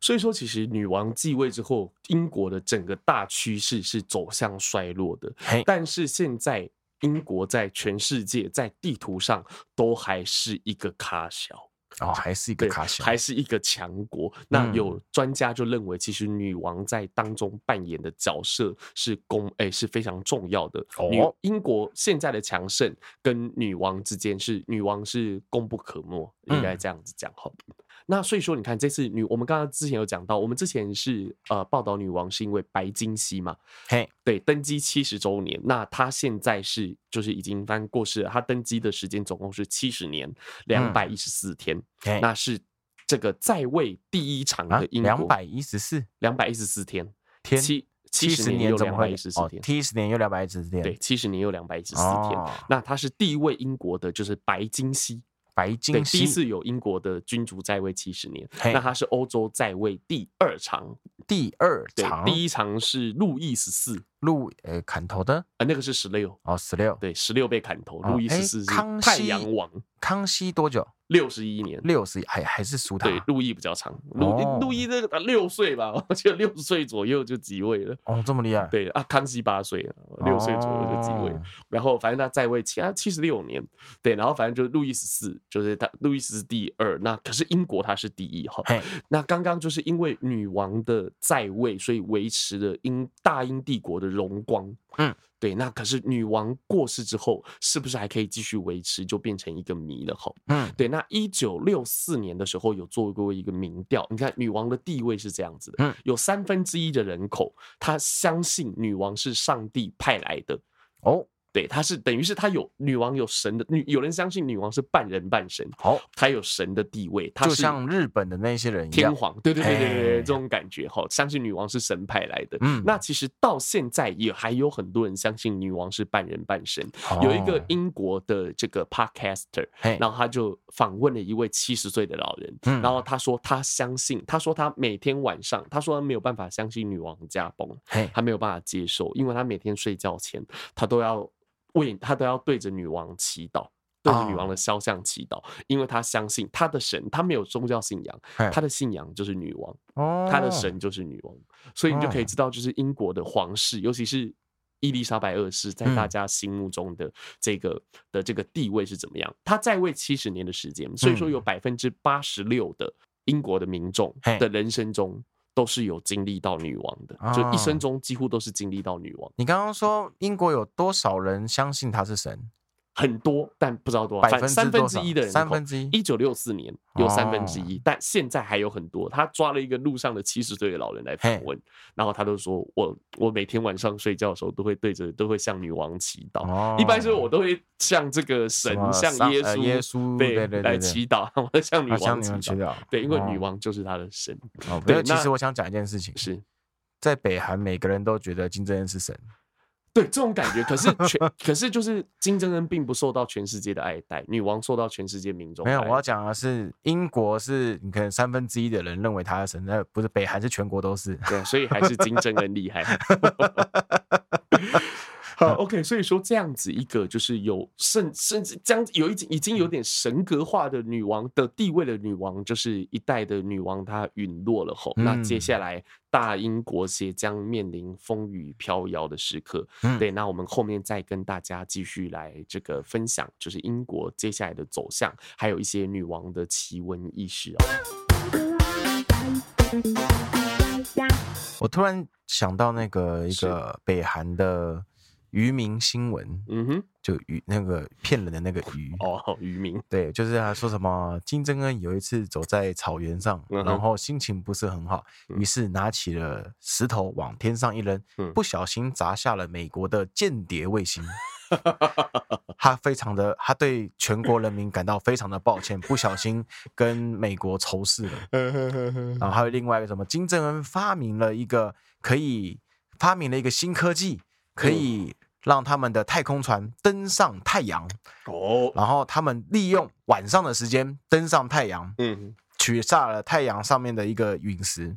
S1: 所以说，其实女王继位之后，英国的整个大趋势是走向衰落的。
S2: 嘿，
S1: 但是现在，英国在全世界在地图上都还是一个咖小。
S2: 哦，还是一个
S1: 对，
S2: 卡西，
S1: 还是一个强国。那
S2: 嗯
S1: 有专家就认为，其实女王在当中扮演的角色是公，哎、是非常重要的。
S2: 哦
S1: 女英国现在的强盛跟女王之间是女王是功不可没，应
S2: 嗯
S1: 该这样子讲哈。那所以说，你看这次女，我们刚刚之前有讲到，我们之前是呃报道女王是因为白金禧嘛，
S2: 嘿，
S1: 对，登基七十周年。那他现在是就是已经翻过世了，他登基的时间总共是七十年
S2: 嗯
S1: 两百一十四天，
S2: 嘿
S1: 那是这个在位第一长
S2: 哎啊
S1: 的，英国
S2: 两百一十四
S1: 两百一十四天，
S2: 天，
S1: 七七
S2: 十
S1: 十年又
S2: 怎么
S1: 两百
S2: 会
S1: 一十四
S2: 哦
S1: 天，，
S2: 七十年又两百一十四天，
S1: 对，，七十年又两百一十四天。
S2: 哦，
S1: 那他是第一位英国的，就是白金禧，
S2: 白
S1: 对，
S2: 金
S1: 第一
S2: 禧哎
S1: 次有英国的君主在位七十年，
S2: 嘿
S1: 那他是欧洲在位第二长，
S2: 第二
S1: 对
S2: 场，，
S1: 第一长是路易十四，
S2: 路呃砍头的
S1: 啊，那个是十六，
S2: 哦，十六，
S1: 对，十六被砍头，
S2: 哦，
S1: 路易
S2: 哎
S1: 十四是
S2: 康
S1: 太
S2: 熙
S1: 阳王，
S2: 康熙多久？
S1: 六十一年。
S2: 六十还还是输他
S1: 对，路易比较长，路
S2: 哦
S1: 路易这个啊六岁吧，我记得六岁左右就即位了。
S2: 哦，这么厉害，
S1: 对啊，康熙八岁，六岁左右就即位，
S2: 哦
S1: 然后反正他在位七他七十六年，对，然后反正就是路易十四，就是他路易十四第二，那可是英国他是第一哈。
S2: 嘿，
S1: <laughs> 那刚刚就是因为女王的在位，所以维持了英大英帝国的荣光。
S2: 嗯，
S1: 对。那可是女王过世之后，是不是还可以继续维持，就变成一个谜了哈。
S2: 嗯，
S1: 对，那一九六四年的时候有做过一个民调，你看女王的地位是这样子的，
S2: 嗯
S1: 有三分之一的人口他相信女王是上帝派来的，
S2: 哦，
S1: 对，他是等于是他有女王有神的，女有人相信女王是半人半神，
S2: 好，
S1: 她有神的地位，她
S2: 就是像日本的那些人一
S1: 天
S2: 样，
S1: 皇，对对对对对
S2: 哎
S1: 对，这种感觉哈，相信女王是神派来的。
S2: 嗯
S1: 那其实到现在也还有很多人相信女王是半人半神。有一个
S2: 哦，
S1: 英国的这个 podcaster，
S2: 嘿，
S1: 然后他就访问了一位七十岁的老人，
S2: 嗯
S1: 然后他说他相信，他说他每天晚上，他说他没有办法相信女王驾崩，
S2: 嘿，
S1: 他没有办法接受，因为他每天睡觉前他都要为他都要对着女王祈祷。对着女王
S2: 哦
S1: 的肖像祈祷，因为他相信他的神，他没有宗教信仰，
S2: 嘿
S1: 他的信仰就是女王，
S2: 哦
S1: 他的神就是女王，所以你就可以知道，就是英国的皇室，尤其是。伊丽莎白二世在大
S2: 嗯
S1: 家心目中的这个的这个地位是怎么样？她在位七十年的时间，所以说有百分之八十六的英国的民众
S2: 嗯嘿
S1: 的人生中都是有经历到女王的，就一
S2: 哦
S1: 生中几乎都是经历到女王。
S2: 你刚刚说英国有多少人相信他是神？
S1: 很多，但不知道多少，
S2: 百
S1: 反正
S2: 分之
S1: 三分
S2: 多
S1: 之
S2: 少
S1: 一的人口。
S2: 三分之一
S1: 一九六四年有三分
S2: 哦
S1: 之一，但现在还有很多。他抓了一个路上的七十岁的老人来访问，然后他就说：“我我每天晚上睡觉的时候都会对着都会向女王祈祷。
S2: 哦
S1: 一般是我都会向这个神
S2: 什么、
S1: 向
S2: 上
S1: 耶
S2: 呃
S1: 稣、
S2: 耶稣
S1: 对
S2: 对对对
S1: 来
S2: 对
S1: 祈祷， <laughs> 我向女
S2: 啊向
S1: 王
S2: 女
S1: 祈
S2: 王祈
S1: 祷。
S2: 祷，
S1: 对，因为
S2: 哦
S1: 女。王就是他的神，
S2: 哦，
S1: 对
S2: 对，其
S1: 那
S2: 实我想讲一件事情，
S1: 是
S2: 在北韩每个人都觉得金正恩是神，
S1: 对这种感觉。可是
S2: <laughs>
S1: 全可是就是金正恩并不受到全世界的爱戴，女王受到全世界民众的
S2: 没有，
S1: 爱
S2: 我要讲的是英国是你可能三分之一的人认为他是神，那不是北韩是全国都是。 <laughs>
S1: <laughs> 对，所以还是金正恩厉害。 <laughs> 好，OK，所以说这样子一个就是有甚甚至将有一已经有点神格化的女王的地位的女王，就是一代的女王，她陨落了后，
S2: 嗯
S1: 那接下来大英国协将面临风雨飘摇的时刻。
S2: 嗯
S1: 对，那我们后面再跟大家继续来这个分享，就是英国接下来的走向，还有一些女王的奇闻异事啊。
S2: 我突然想到那个一
S1: 是
S2: 个北韩的渔民新闻，
S1: 嗯哼，
S2: 就渔那个骗人的那个渔。
S1: 哦，渔 <laughs> 民，
S2: 对，就是他说什么金正恩有一次走在草原上，
S1: 嗯哼
S2: 然后心情不是很好，
S1: 嗯
S2: 于是拿起了石头往天上一扔，
S1: 嗯
S2: 不小心砸下了美国的间谍
S1: <laughs>
S2: 卫星。他非常的，他对全国人民感到非常的抱歉，不小心跟美国仇视了。然后
S1: 嗯
S2: 还有另外一个什么，金正恩发明了一个可以发明了一个新科技，
S1: 嗯
S2: 可以让他们的太空船登上太阳，
S1: 哦，
S2: 然后他们利用晚上的时间登上太阳，
S1: 嗯。
S2: 取下了太阳上面的一个陨石，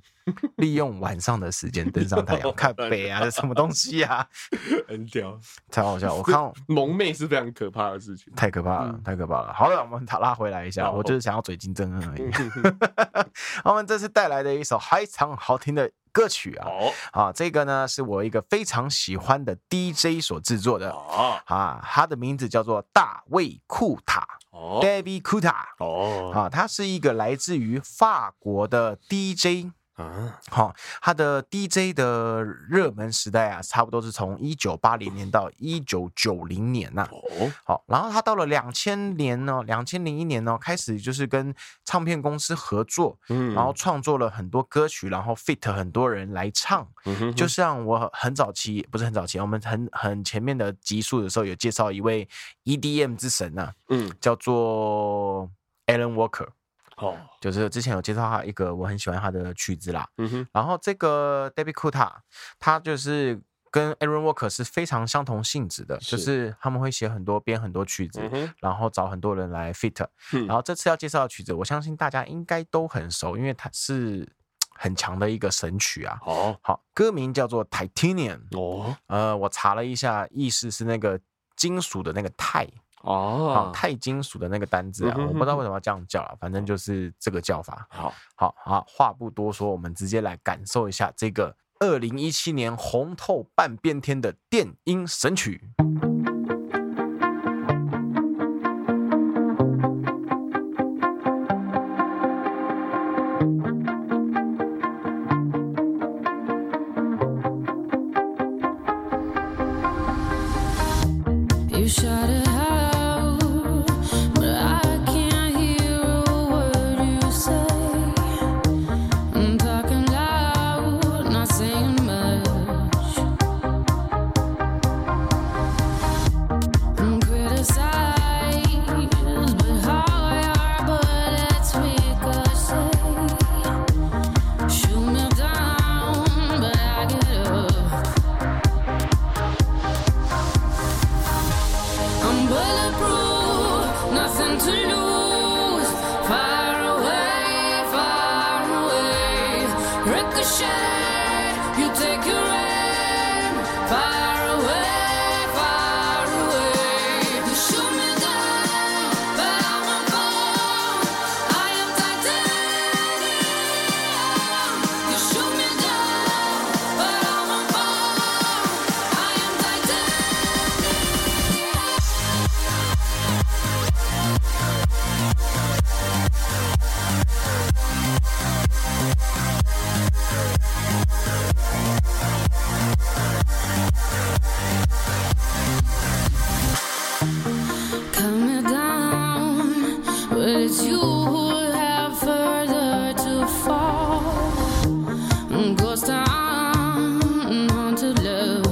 S2: 利用晚上的时间登上
S1: <laughs>
S2: 太阳，看北啊，这什么东西啊，
S1: <laughs> 很屌，
S2: 太好笑！我看
S1: 萌妹是非常可怕的事情。
S2: 太可怕了
S1: 嗯，
S2: 太可怕了。好了，我们拉回来一下，
S1: 好
S2: 我就是想要嘴金正恩而 <laughs> 已。
S1: 嗯
S2: 他们这次带来的一首非常好听的歌曲啊，
S1: <laughs> 好
S2: 啊，这个呢是我一个非常喜欢的 DJ 所制作的
S1: 啊，
S2: 啊，他的名字叫做大卫库塔
S1: 哦
S2: （David Kuta）。
S1: 哦
S2: 啊，他是一个来自于法国的 DJ，
S1: 啊，
S2: 哈、他的 DJ 的热门时代啊，差不多是从一九八零年到一九九零年呐、
S1: 哦
S2: 好，然后他到了两千年呢、哦，两千零一年呢、哦，开始就是跟唱片公司合作，
S1: 嗯
S2: 然后创作了很多歌曲，然后 fit 很多人来唱。
S1: 嗯
S2: 就像我很早期，不是很早期，我们很很前面的集数的时候有介绍一位 EDM 之神呐、啊，
S1: 嗯
S2: 叫做 Alan Walker，
S1: 哦
S2: 就是之前有介绍他一个我很喜欢他的曲子啦。
S1: 嗯哼
S2: 然后这个 David Kuta，他就是跟 Aaron Walker 是非常相同性质的，
S1: 是
S2: 就是他们会写很多编很多曲子，
S1: 嗯哼
S2: 然后找很多人来 fit。
S1: 嗯
S2: 然后这次要介绍的曲子，我相信大家应该都很熟，因为它是很强的一个神曲啊。
S1: 好
S2: 好，歌名叫做 Titanium。
S1: 哦
S2: 呃，我查了一下，意思是那个金属的那个钛，好，
S1: 哦
S2: 钛金属的那个单字啊，
S1: 嗯哼
S2: 我不知道为什么要这样叫了，反正就是这个叫法。
S1: 好
S2: 好好，话不多说，我们直接来感受一下这个二零一七年红透半边天的电音神曲。
S3: You shout it out, but I can't hear a word you say. I'm talking loud, not saying much. I'm criticized, but how I are, but it's ricochet. Shoot me down, but I get up. I'm bulletproof, nothing to lose. Far away, far away. Ricochet, you take your aim. Far away, far away. You shoot me down,
S4: Ghost town, haunted love.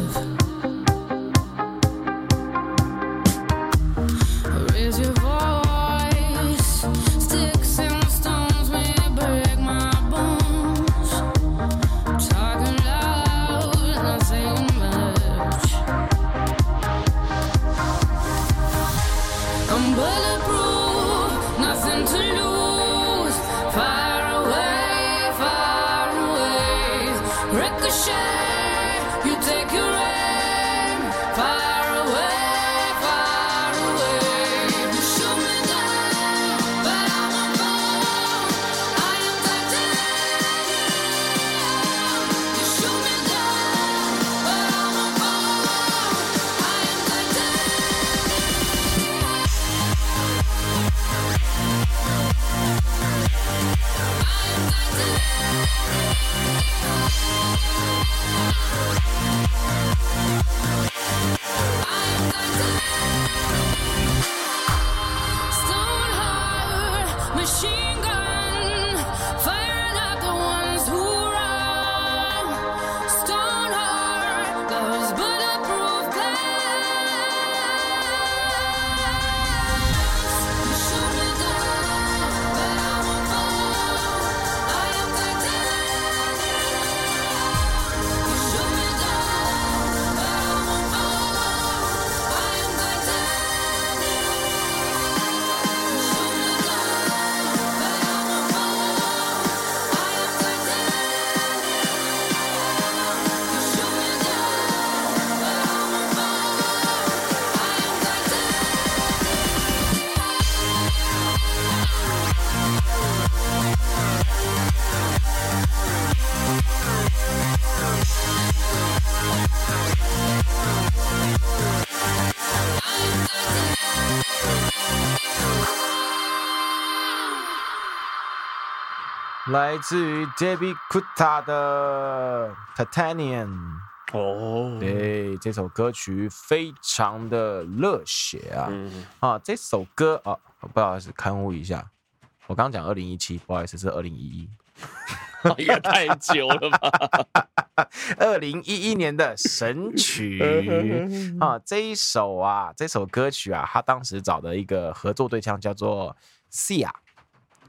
S4: Raise your voice. Sticks and stones may break my bones. Talking loud, not saying much. I'm bulletproof, nothing to lose. Far away, far away. Ricochet, you take your aim. Far away, far away. You shoot me down, but I won't fall. I am titanium. You shoot me down, but I won't fall. I am titanium. Stone heart, machine gun, firing at the ones who run. Stone heart, those bulletproof glass. You shoot me down, but I won't fall. I am titanium. You shoot me down, but I won't fall. I am titanium.
S2: 来自于 Debbie Kuta 的
S1: 嗯
S2: Titanium。
S1: 哦，
S2: 对，这首歌曲非常的热血啊！
S1: 嗯，
S2: 啊，这首歌啊，不好意思，勘误一下，我刚刚讲二零一七，不好意思，是二零一一，
S1: 也哎太久了吧？
S2: 二零一一年的神曲
S1: <laughs>
S2: 啊，这一首啊，这首歌曲啊，他当时找的一个合作对象叫做 Sia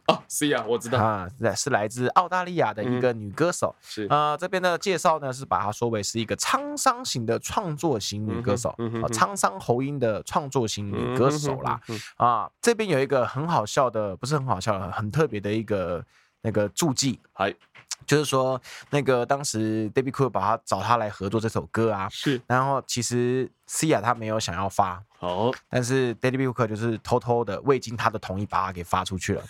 S1: 哦，是呀，我知道，
S2: 啊，是是来自澳大利亚的一个女歌手。
S1: 嗯是，
S2: 呃，这边的介绍呢是把它说为是一个沧桑型的创作型女歌手，啊
S1: 嗯哼嗯哼
S2: 沧桑喉音的创作型女歌手啦。
S1: 嗯哼
S2: 啊，这边有一个很好笑的，不是很好笑的，很特别的一个那个注记，
S1: 还
S2: 就是说那个当时 Debbie Cool 把他找他来合作这首歌啊，
S1: 是
S2: 然后其实 Sia 他没有想要发，
S1: 好，
S2: 但是 Debbie Cool 就是偷偷的未经他的同意把它给发出去了。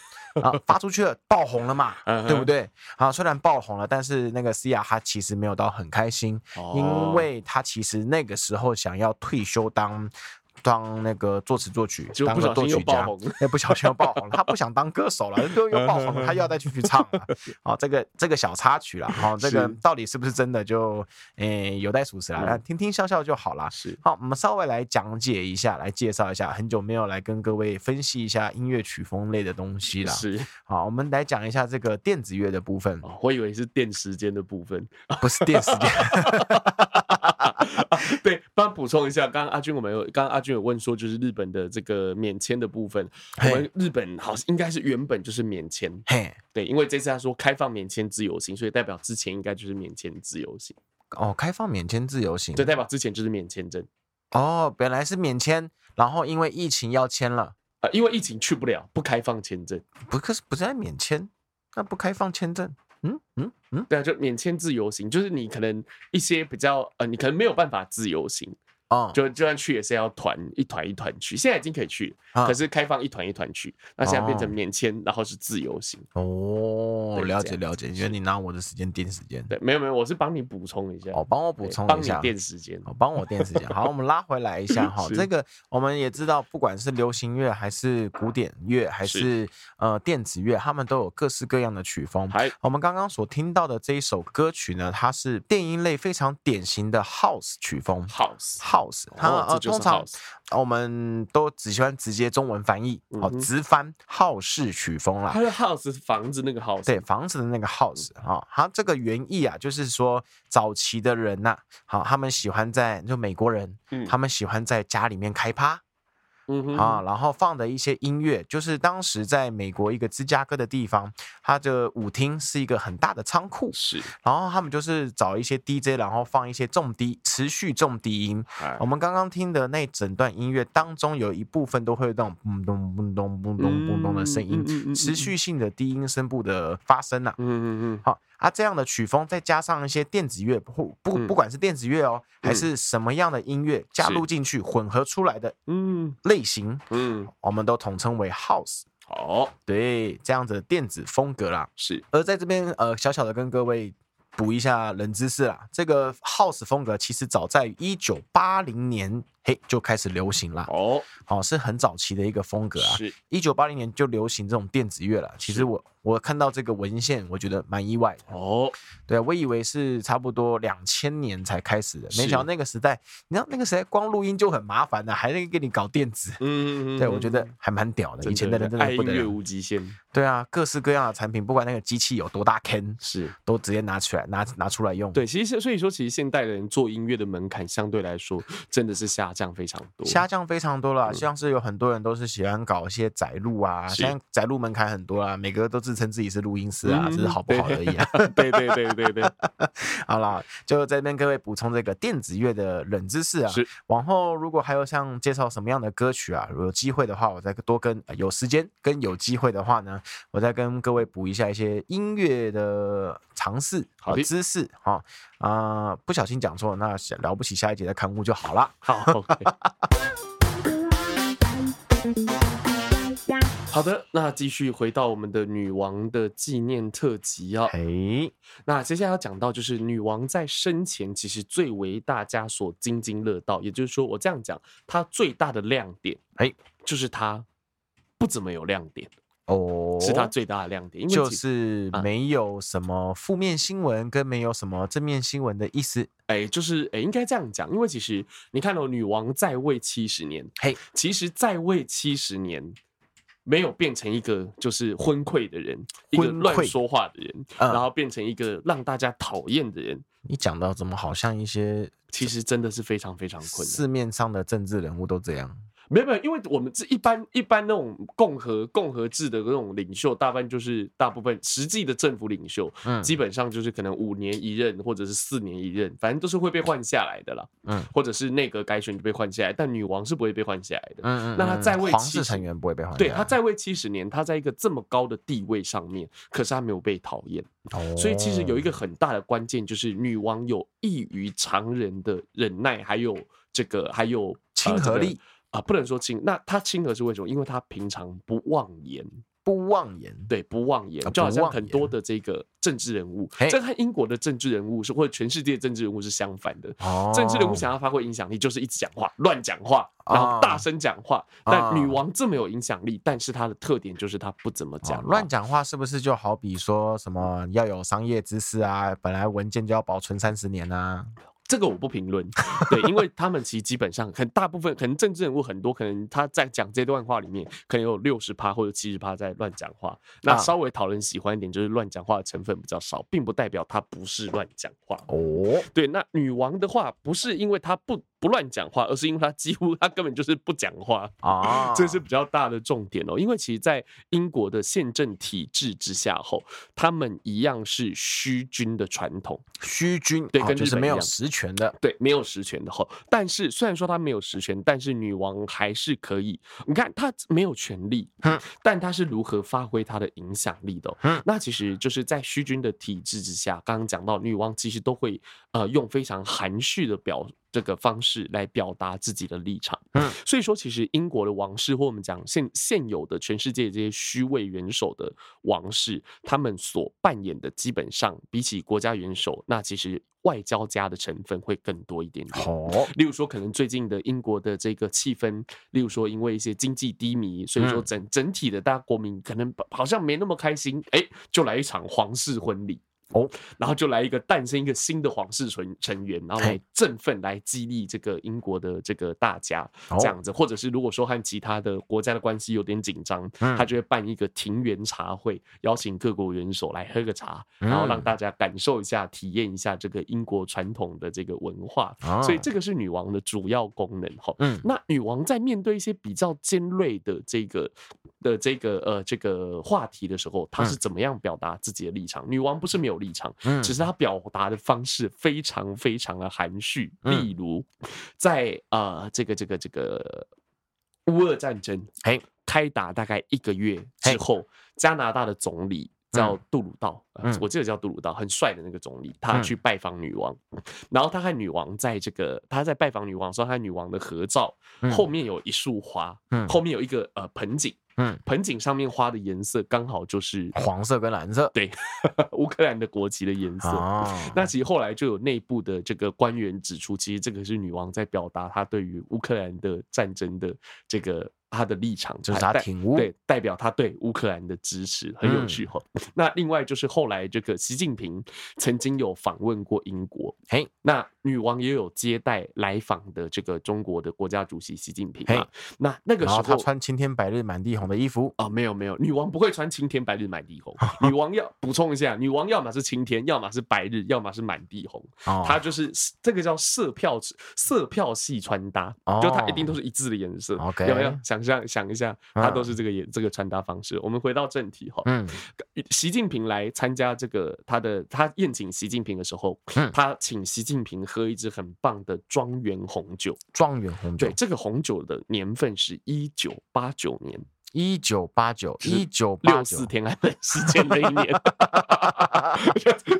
S2: 啊，发出去了，爆红了嘛，
S1: 嗯哼
S2: 对不对？啊，虽然爆红了，但是那个 Sia 她其实没有到很开心，
S1: 哦
S2: 因为她其实那个时候想要退休当当那个作词作曲，
S1: 结果
S2: 当
S1: 不
S2: 个
S1: 小
S2: 作
S1: 心又
S2: 曲家
S1: 爆红，
S2: 哎，不小心又爆红了，他不想当歌手了，又又爆红了，他又要再继续唱
S1: <laughs>
S2: 了。哦，这个这个小插曲啦，好、这
S1: 是
S2: 个到底是不是真的就，诶、有待属实啦，
S1: 嗯
S2: 那听听笑笑就好啦。
S1: 是
S2: 好，我们稍微来讲解一下，来介绍一下，很久没有来跟各位分析一下音乐曲风类的东西啦。
S1: 是，
S2: 好，我们来讲一下这个电子乐的部分，
S1: 哦我以为是电时间的部分。
S2: 不是电子
S1: <laughs>
S2: 乐。
S1: 对，帮补充一下，刚刚阿军我们有，刚刚阿军有问说，就是日本的这个免签的部分，我
S2: 嘿
S1: 们日本好像应该是原本就是免签，
S2: 嘿，
S1: 对，因为这次他说开放免签自由行，所以代表之前应该就是免签自由行，
S2: 哦，开放免签自由行
S1: 对，。代表之前就是免签证
S2: 哦，本来是免签，然后因为疫情要签了，
S1: 啊、呃因为疫情去不了，不开放签证，
S2: 不可是不是在免签，那不开放签证。嗯嗯嗯，
S1: 对啊，就免签自由行，就是你可能一些比较呃，你可能没有办法自由行，
S2: 哦，
S1: 就就算去也是要团一团一团去，现在已经可以去，
S2: 啊
S1: 可是开放一团一团去，那现在变成
S2: 哦
S1: 免签，然后是自由行。
S2: 哦，
S1: 对
S2: 了
S1: 这
S2: 解
S1: 样
S2: 了
S1: 子
S2: 解，因为
S1: 是
S2: 你拿我的时间定时间，
S1: 对，没有没有，我是帮你补充一下，
S2: 哦，帮我补
S1: 对
S2: 充
S1: 帮
S2: 一
S1: 你
S2: 下，
S1: 垫时间。
S2: 哦，帮我定时间。好，我们拉回来一下
S1: <laughs>
S2: 哈，
S1: 是
S2: 这个我们也知道，不管是流行乐还是古典乐，还
S1: 是
S2: 是呃电子乐，他们都有各式各样的曲风。
S1: 还
S2: 我们刚刚所听到的这一首歌曲呢，它是电音类非常典型的 house 曲风
S1: house
S2: house，它、
S1: 哦
S2: 呃
S1: 这就
S2: 通
S1: 是
S2: 常
S1: house
S2: 我们都只喜欢直接中文翻译，好、
S1: 嗯哼
S2: 直翻好事曲风啦
S1: 它。的 house 是房子那个 house，
S2: 对房子的
S1: 嗯
S2: 那个 house 啊、它这个原意啊，就是说早期的人呐、好、他们喜欢在就美国人，
S1: 嗯
S2: 他们喜欢在家里面开趴
S1: 嗯哼
S2: 啊，然后放的一些音乐，就是当时在美国一个芝加哥的地方，它的舞厅是一个很大的仓库，
S1: 是，
S2: 然后他们就是找一些 DJ，然后放一些重低，持续重低音。
S1: 哎
S2: 我们刚刚听的那整段音乐当中，有一部分都会有那种嘣咚嘣咚嘣咚嘣咚的声音
S1: 嗯嗯嗯嗯嗯，
S2: 持续性的低音声部的发生呐、啊。
S1: 嗯嗯
S2: 好啊，这样的曲风再加上一些电子乐，不不
S1: 嗯
S2: 不管是电子乐哦，还是什么样的音乐加入进去，混合出来的
S1: 嗯
S2: 类型，
S1: 嗯嗯，
S2: 我们都统称为 house。
S1: 好
S2: 对，这样子的电子风格啦。
S1: 是，
S2: 而在这边，呃，小小的跟各位补一下冷知识啦。这个 house 风格其实早在一九八零年，嘿，就开始流行啦。
S1: 好
S2: 哦，是很早期的一个风格啊。
S1: 是，
S2: 一九八零年就流行这种电子乐了。其
S1: 是
S2: 实我我看到这个文献，我觉得蛮意外的。
S1: 哦，
S2: 对啊，我以为是差不多两千年才开始的，没
S1: 是
S2: 想到那个时代，你知道那个时代光录音就很麻烦了、还得给你搞电子。
S1: 嗯，哎
S2: 对，我觉得还蛮屌的。以前的人真
S1: 爱
S2: 的不
S1: 音
S2: 得
S1: 乐
S2: 了。
S1: 无极限，
S2: 对啊，各式各样的产品，不管那个机器有多大坑，
S1: 是
S2: 都直接拿出来拿拿出来用。，
S1: 对，其实所以说，其实现代人做音乐的门槛相对来说真的是下降非常多，嗯
S2: 下降非常多了。啊像是有很多人都是喜欢搞一些窄录啊，
S1: 是
S2: 现在窄录门槛很多啊，每个都自称自己是录音师啊，
S1: 嗯
S2: 只是好不好而已啊。
S1: 对对对对对，
S2: 好啦，就在这边各位补充这个电子乐的冷知识啊
S1: 是。
S2: 往后如果还有像介绍什么样的歌曲啊，如果有机会的话，我再多跟呃有时间跟有机会的话呢，我再跟各位补一下一些音乐的尝试
S1: 好
S2: 和
S1: 的
S2: 知识啊啊、不小心讲错，那了不起下一节再刊物就好了。
S1: 好，OK。好的，那继续回到我们的女王的纪念特辑啊、
S2: 嘿，
S1: 那接下来要讲到就是女王在生前其实最为大家所津津乐道，也就是说，我这样讲，她最大的亮点，
S2: 哎，
S1: 就是她不怎么有亮点，
S2: 哦，
S1: 是她最大的亮点，因为
S2: 就
S1: 其实
S2: 是没有什么负面新闻跟没有什么正面新闻的意思。
S1: 哎，就是哎，应该这样讲，因为其实你看到、哦女王在位七十年，
S2: 嘿，
S1: 其实在位七十年。没有变成一个就是昏聩的人，一个
S2: 昏聩
S1: 乱说话的人，
S2: 嗯
S1: 然后变成一个让大家讨厌的人，
S2: 你讲到怎么好像一些
S1: 其实真的是非常非常困难。
S2: 市面上的政治人物都这样。
S1: 没有没有，因为我们这一般一般那种共和共和制的那种领袖，大半就是大部分实际的政府领袖，
S2: 嗯
S1: 基本上就是可能五年一任或者是四年一任，反正都是会被换下来的啦。
S2: 嗯
S1: 或者是内阁改选就被换下来，但女王是不会被换下来的。
S2: 嗯嗯哎
S1: 那他在位
S2: 皇
S1: 70
S2: 室成员不会被换啊下来。
S1: 对，她在位七十年，她在一个这么高的地位上面，可是她没有被讨厌，
S2: 哦，
S1: 所以其实有一个很大的关键就是女王有异于常人的忍耐，还有这个还有呃
S2: 亲和
S1: 这个
S2: 力
S1: 啊、不能说亲，那她亲和是为什么？因为她平常不妄言，
S2: 不妄言。
S1: 对，不妄言
S2: 啊，
S1: 就好
S2: 不
S1: 像
S2: 妄
S1: 很
S2: 言
S1: 多的这个政治人物
S2: 嘿，
S1: 在看英国的政治人物是或者全世界政治人物是相反的，
S2: 哦
S1: 政治人物想要发挥影响力，就是一直讲话、乱讲话，然后
S2: 啊
S1: 大声讲话。
S2: 啊
S1: 但女王这么有影响力，但是她的特点就是她不怎么
S2: 讲
S1: 讲话
S2: 哦乱。讲话是不是就好比说什么要有商业知识啊？本来文件就要保存三十年啊。
S1: 这个我不评论，对，因为他们其实基本上很大部分，可能政治人物很多，可能他在讲这段话里面，可能有六十趴或者七十趴在乱讲话。那
S2: 啊
S1: 稍微讨人喜欢一点，就是乱讲话的成分比较少，并不代表她不是乱讲话。
S2: 哦，
S1: 对，那女王的话，不是因为她不不乱讲话，而是因为她几乎她根本就是不讲话。
S2: 啊，
S1: 这是比较大的重点哦，因为其实，在英国的宪政体制之下后，他们一样是虚君的传统，
S2: 虚君，
S1: 对
S2: 哦
S1: 跟
S2: 就
S1: 日
S2: 是
S1: 本
S2: 没
S1: 一
S2: 有
S1: 样
S2: 实权的。
S1: 对，没有实权的后。但是虽然说她没有实权，但是女王还是可以，你看她没有权利
S2: 嗯，
S1: 但她是如何发挥她的影响力的哦、
S2: 嗯
S1: 那其实就是在虚君的体制之下，刚刚讲到女王其实都会呃用非常含蓄的表这个方式来表达自己的立场。
S2: 嗯
S1: 所以说其实英国的王室或我们讲现现有的全世界这些虚位元首的王室，他们所扮演的基本上比起国家元首，那其实外交家的成分会更多一点点。
S2: 哦，
S1: 例如说，可能最近的英国的这个气氛，例如说因为一些经济低迷，所以说
S2: 嗯
S1: 整整体的大家国民可能好像没那么开心，哎，就来一场皇室婚礼。
S2: 哦，
S1: 然后就来一个诞生一个新的皇室成成员，然后来
S2: 嘿
S1: 振奋、来激励这个英国的这个大家
S2: 哦
S1: 这样子，或者是如果说和其他的国家的关系有点紧张，
S2: 嗯
S1: 他就会办一个庭园茶会，邀请各国元首来喝个茶，然后让
S2: 嗯
S1: 大家感受一下、体验一下这个英国传统的这个文化。
S2: 啊
S1: 所以这个是女王的主要功能哈。
S2: 嗯
S1: 那女王在面对一些比较尖锐的这个的这个呃这个话题的时候，她是怎么样表达自己的立场？女王不是没有立场，
S2: 嗯
S1: 只是她表达的方式非常非常的含蓄。
S2: 嗯
S1: 例如，在呃这个这个这个乌俄战争
S2: 嘿
S1: 开打大概一个月
S2: 嘿
S1: 之后，加拿大的总理。叫
S2: 嗯
S1: 杜鲁道，呃
S2: 嗯
S1: 我记得叫杜鲁道，很帅的那个总理，他
S2: 嗯
S1: 去拜访女王，然后他和女王在这个他在拜访女王的时候，他和女王的合照、
S2: 嗯
S1: 后面有一束花，
S2: 嗯
S1: 后面有一个呃盆景，
S2: 嗯
S1: 盆景上面花的颜色刚好就是 <laughs>
S2: 黄色跟蓝色
S1: 对乌克兰的国旗的颜色。
S2: 啊，
S1: 那其实后来就有内部的这个官员指出，其实这个是女王在表达她对于乌克兰的战争的这个她的立场，
S2: 就是她
S1: 代
S2: 挺乌嗯
S1: 对，代表她对乌克兰的支持，很有趣哈。那另外就是后来这个习近平曾经有访问过英国，
S2: 嘿
S1: 那女王也有接待来访的这个中国的国家主席习近平
S2: 嘿
S1: 啊。那那个
S2: 然
S1: 时
S2: 后
S1: 候
S2: 他穿青天白日满地红的衣服，
S1: 啊、没有没有，女王不会穿青天白日满地
S2: <laughs>
S1: 红。女王要补充一下，女王要么是晴天，要么是白日，要么是满地红。
S2: 哦，
S1: 她就是这个叫色票色票系穿搭，
S2: 哦
S1: 就她一定都是一致的颜色。
S2: OK
S1: 有没有？想象想一下，她都是这个颜、这个穿搭方式。我们回到正题哈，
S2: 嗯
S1: 习近平来参加这个他的他宴请习近平的时候，
S2: 嗯
S1: 他请习近平喝一支很棒的庄园红酒。
S2: 状元红酒
S1: 对，，这个红酒的年份是一九八九年。
S2: 一九八九
S1: 就是
S2: 一九八
S1: 六
S2: 九
S1: 四，天安门事件那一年， <laughs>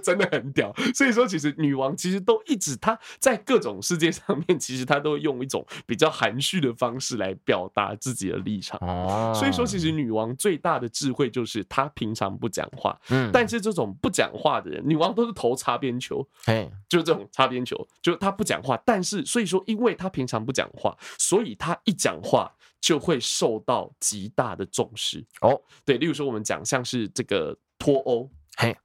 S1: 真的很屌。所以说，其实女王其实都一直她在各种世界上面，其实她都用一种比较含蓄的方式来表达自己的立场。
S2: 哦，
S1: 所以说，其实女王最大的智慧就是她平常不讲话，
S2: 嗯，
S1: 但是这种不讲话的人，女王都是投擦边球，
S2: 嘿
S1: 就是这种擦边球，就是她不讲话，但是所以说，因为她平常不讲话，所以她一讲话就会受到极大的重视。
S2: 哦
S1: 对，例如说我们讲像是这个脱欧，
S2: 嘿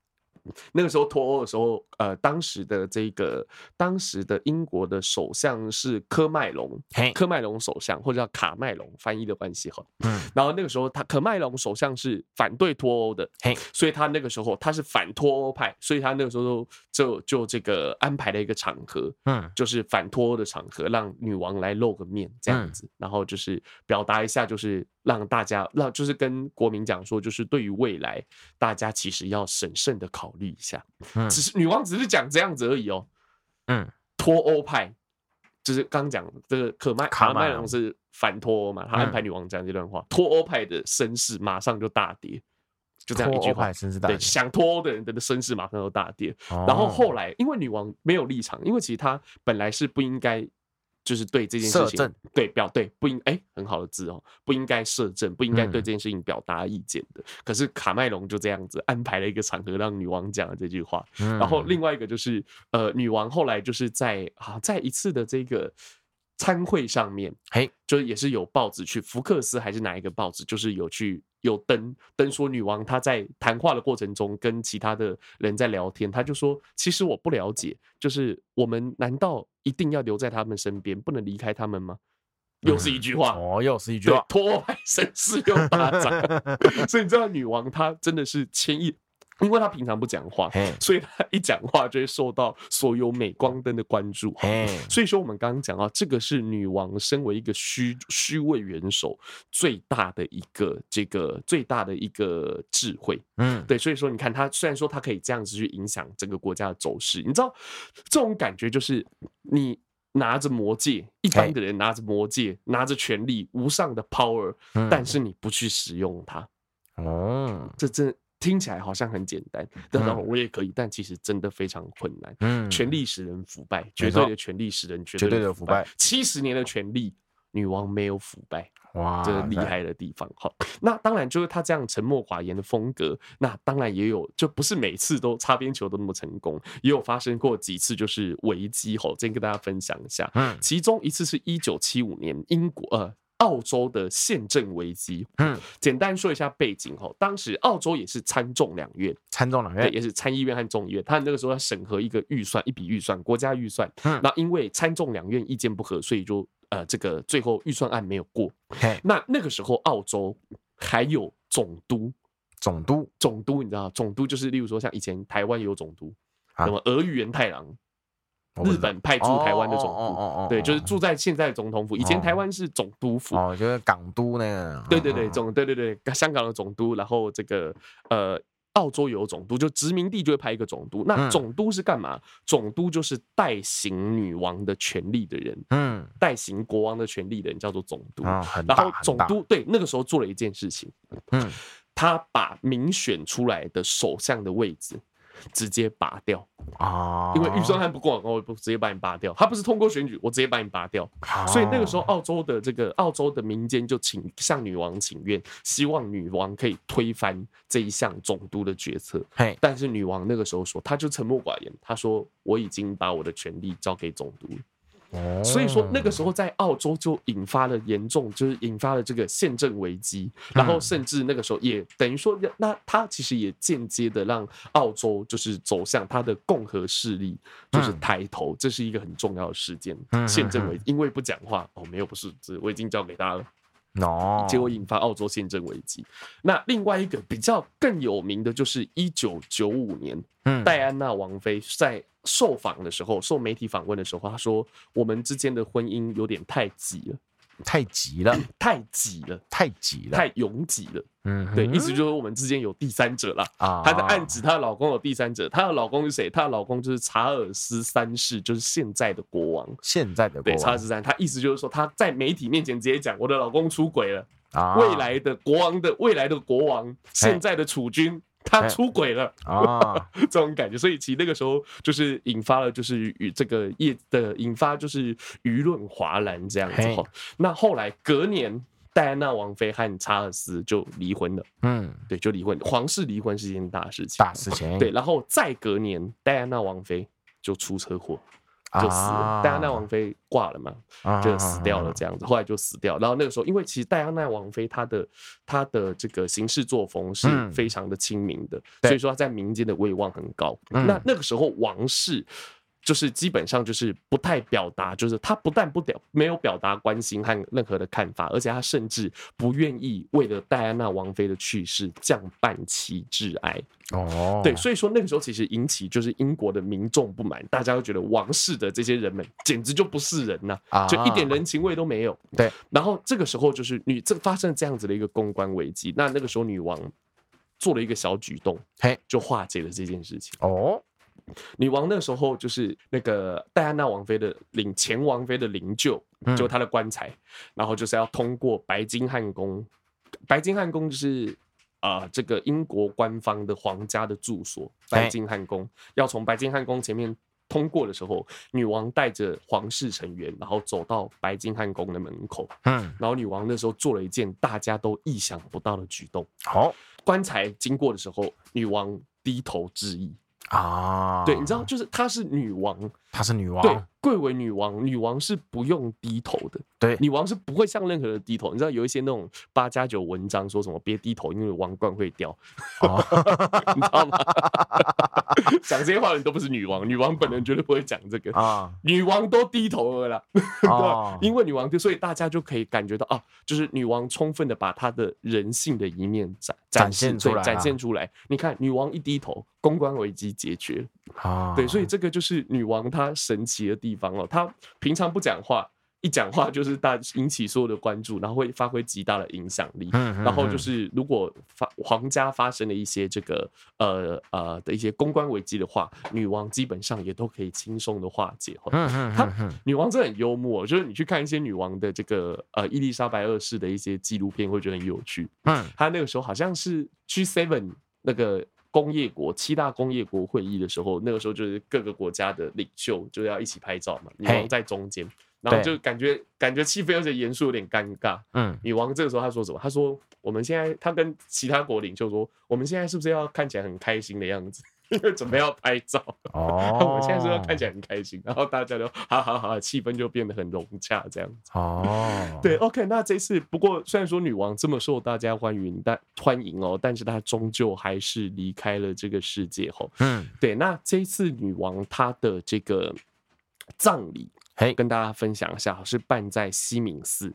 S1: 那个时候脱欧的时候，呃，当时的这个当时的英国的首相是科麦隆，
S2: 嘿，
S1: 科麦隆首相或者叫卡麦隆，翻译的关系哈。
S2: 嗯
S1: 然后那个时候他科麦隆首相是反对脱欧的，
S2: 嘿
S1: 所以他那个时候他是反脱欧派，所以他那个时候就就这个安排了一个场合，
S2: 嗯
S1: 就是反脱欧的场合，让女王来露个面这样子，然后就是表达一下，就是让大家让就是跟国民讲说，就是对于未来，大家其实要审慎的考虑一下。
S2: 嗯
S1: 只是女王只是讲这样子而已哦，
S2: 嗯，
S1: 脱欧派就是刚讲这个可麦
S2: 卡
S1: 卡
S2: 麦
S1: 麦
S2: 隆嗯
S1: 隆是反脱欧嘛，他安排女王讲这段话，脱欧派的声势马上就大跌，就这样一句
S2: 脱欧
S1: 话
S2: 派。绅士大哦
S1: 对，
S2: 人，
S1: 想脱欧的人的声势马上就大跌，
S2: 然
S1: 然后后来，因为女王没有立场，因为其实她本来是不应该，就是对这件事
S2: 摄
S1: 情
S2: 政
S1: 对表对不应哎、很好的字哦，不应该摄政，不应该对
S2: 嗯
S1: 这件事情表达意见的。可是卡麦隆就这样子安排了一个场合让女王讲了这句话。然
S2: 然
S1: 后另外一个就是呃，女王后来就是在啊在一次的这个参会上面，
S2: 嘿
S1: 就是也是有报纸去福克斯还是哪一个报纸，就是有去有登登说女王她在谈话的过程中跟其他的人在聊天，她就说其实我不了解，就是我们难道一定要留在他们身边，不能离开他们吗？又是一句话，
S2: 哦又是一句
S1: 对
S2: 话，，
S1: 托派绅士又巴
S2: <laughs>
S1: 掌，所以你知道女王她真的是千亿。因为她平常不讲话
S2: 嘿，
S1: 所以她一讲话就会受到所有镁光灯的关注。
S2: 嘿
S1: 所以说，我们刚刚讲到，这个是女王身为一个虚虚位元首最大的一个这个最大的一个智慧。
S2: 嗯
S1: 对，所以说你看她虽然说她可以这样子去影响整个国家的走势，你知道这种感觉就是你拿着魔戒，一般的人拿着魔戒，拿着权力无上的 power，
S2: 嗯
S1: 但是你不去使用它，
S2: 哦
S1: 这真听起来好像很简单，当然我也可以，但其实真的非常困难。
S2: 嗯
S1: 权力使人腐败，
S2: 没
S1: 绝
S2: 错
S1: 对的权力使人绝
S2: 绝对
S1: 对
S2: 的
S1: 的
S2: 腐
S1: 腐败
S2: 败。
S1: 七十年的权力，女王没有腐败，
S2: 哇
S1: 这是厉害的地方。好， <laughs> 那当然就是他这样沉默寡言的风格，那当然也有，就不是每次都擦边球都那么成功，也有发生过几次就是危机。吼，今天跟大家分享一下，
S2: 嗯
S1: 其中一次是一九七五年英国呃。澳洲的宪政危机。
S2: 嗯，
S1: 简单说一下背景哈，当时澳洲也是参众两院，
S2: 参众两
S1: 对，
S2: 院，
S1: 也是参议院和众议院。他那个时候要审核一个预算，一笔预算，国家预算。
S2: 嗯
S1: 那因为参众两院意见不合，所以就呃，这个最后预算案没有过。
S2: 嘿，
S1: 那那个时候，澳洲还有总督，
S2: 总督
S1: 总督你知道，总督就是例如说像以前台湾有总督，
S2: 啊哦
S1: 那么俄语原太郎，
S2: 我不
S1: 日
S2: 知道
S1: 本派驻台湾的总
S2: 哦哦
S1: 督，
S2: 哦哦哦
S1: 对，就是
S2: 哦
S1: 住在现在的总统府。以前
S2: 哦
S1: 台湾是总督府，
S2: 哦，就是港都那个，
S1: 对对对，
S2: 嗯，
S1: 总对对对，香港的总督，然后这个呃，澳洲有总督，就殖民地就会派一个总督。那
S2: 嗯
S1: 总督是干嘛？总督就是代行女王的权利的人，
S2: 嗯，
S1: 代行国王的权利的人叫做总督。
S2: 啊，很
S1: 然
S2: 大，
S1: 后
S2: 很
S1: 总
S2: 大，
S1: 督对那个时候做了一件事情，
S2: 嗯，
S1: 他把民选出来的首相的位置直接拔掉，
S2: 啊，
S1: 因为预算案不过，我不直接把你拔掉。他不是通过选举，我直接把你拔掉。
S2: 啊，
S1: 所以那个时候，澳洲的这个澳洲的民间就请向女王请愿，希望女王可以推翻这一项总督的决策。
S2: 嘿，
S1: 但是女王那个时候说，她就沉默寡言，她说我已经把我的权利交给总督了。
S2: 哦
S1: 所以说那个时候在澳洲就引发了严重，就是引发了这个宪政危机，然
S2: 嗯
S1: 后甚至那个时候也等于说，那它其实也间接的让澳洲就是走向它的共和势力就是抬头，这是一个很重要的事件
S2: 嗯。
S1: 宪政危因为不讲话哦，没有不是，这我已经交给他了，
S2: 哦，
S1: 结果引发澳洲宪政危机。那另外一个比较更有名的就是一九九五年
S2: 嗯
S1: 戴安娜王妃在受访的时候，受媒体访问的时候，她说：“我们之间的婚姻有点太挤了，
S2: 太急了，
S1: 太挤了，
S2: 太急了，
S1: 太拥挤了。
S2: 啊嗯哼，
S1: 对，意思就是说我们之间有第三者啦。
S2: 啊，
S1: 她在暗指她的老公有第三者，她的老公是谁？她的老公就是查尔斯三世，就是现在的国王。
S2: 现在的国
S1: 对，查尔
S2: 王
S1: 斯三，她意思就是说她在媒体面前直接讲我的老公出轨了，
S2: 啊，
S1: 未来的国王的未来的国王，现在的储君他
S2: 哎
S1: 出轨了。 <laughs>
S2: 啊，
S1: 这种感觉，所以其实那个时候就是引发了，就是与这个业的引发就是舆论哗然这样子
S2: 嘿
S1: 哈。那后来隔年，戴安娜王妃和查尔斯就离婚了，
S2: 嗯，
S1: 对，就离婚，皇室离婚是一件大事情。
S2: 大事情，
S1: 对，然后再隔年，戴安娜王妃就出车祸，
S2: 啊，
S1: 就死了。戴安娜王妃挂了嘛，
S2: 啊
S1: 就死掉了，这样子，后来就死掉。然后那个时候，因为其实戴安娜王妃她的她的这个行事作风是
S2: 嗯
S1: 非常的亲民的，
S2: 对
S1: 所以说她在民间的威望很高。
S2: 嗯
S1: 那那个时候王室。就是基本上就是不太表达，就是她不但不表没有表达关心和任何的看法，而且她甚至不愿意为了戴安娜王妃的去世降半旗致哀。
S2: 哦，
S1: 对，所以说那个时候其实引起就是英国的民众不满，大家都觉得王室的这些人们简直就不是人呐、
S2: 啊
S1: 就一点人情味都没有。
S2: 对，
S1: 然后这个时候就是女这发生这样子的一个公关危机，那那个时候女王做了一个小举动，
S2: 嘿，
S1: 就化解了这件事情。
S2: 哦，
S1: 女王那时候就是那个戴安娜王妃的领前王妃的灵柩，
S2: 嗯
S1: 就她的棺材，然后就是要通过白金汉宫，白金汉宫就是。啊、这个英国官方的皇家的住所白
S2: 哎
S1: 金汉宫，要从白金汉宫前面通过的时候，女王带着皇室成员，然后走到白金汉宫的门口，
S2: 嗯，
S1: 然后女王那时候做了一件大家都意想不到的举动，
S2: 好
S1: 棺材经过的时候，女王低头致意，
S2: 啊，
S1: 对，你知道，就是她是女王，
S2: 她是女
S1: 对
S2: 王，，
S1: 贵为女王，女王是不用低头的，
S2: 对，
S1: 女王是不会向任何人低头。你知道有一些那种八加九文章说什么别低头，因为王冠会掉，
S2: 哦
S1: <laughs> 你知道吗？讲这些话的人都不是女王，女王本人绝对不会讲这个。
S2: 啊，
S1: 女王都低头了啦， <laughs> 对吧
S2: 哦？
S1: 因为女王就，所以大家就可以感觉到啊，就是女王充分的把她的人性的一面展
S2: 展
S1: 示
S2: 现出
S1: 对
S2: 来啊
S1: 展
S2: 啦
S1: 现出来。你看，女王一低头，公关危机解决了。
S2: 啊，
S1: 对，所以这个就是女王她神奇的地方哦，她平常不讲话，一讲话就是大引起所有的关注，然后会发挥极大的影响力。
S2: 嗯，嗯，
S1: 然后就
S2: 嗯
S1: 是，如果发皇家发生了一些这个呃呃的一些公关危机的话，女王基本上也都可以轻松的化解哦。
S2: 嗯嗯
S1: 她
S2: 嗯嗯
S1: 女王真的很幽默，哦就是你去看一些女王的这个呃伊丽莎白二世的一些纪录片，会觉得很有趣。
S2: 嗯，
S1: 他那个时候好像是 G Seven 那个工业国七大工业国会议的时候，那个时候就是各个国家的领袖就要一起拍照嘛，女王在中间，然后就感觉感觉气氛有点严肃，有点尴尬。
S2: 嗯，
S1: 女王这个时候她说什么？她说我们现在，她跟其他国领袖说，我们现在是不是要看起来很开心的样子？ <laughs> 因为准备要拍照。
S2: 哦
S1: <laughs> 我现在说看起来很开心，然后大家都哈哈哈，气氛就变得很融洽这样子。
S2: 哦，
S1: <laughs> 对，，OK，那这次不过虽然说女王这么受大家欢迎，但欢迎哦，但是她终究还是离开了这个世界吼。
S2: 嗯，
S1: 对，那这一次女王她的这个葬礼
S2: 嘿，
S1: 跟大家分享一下，是办在西敏寺，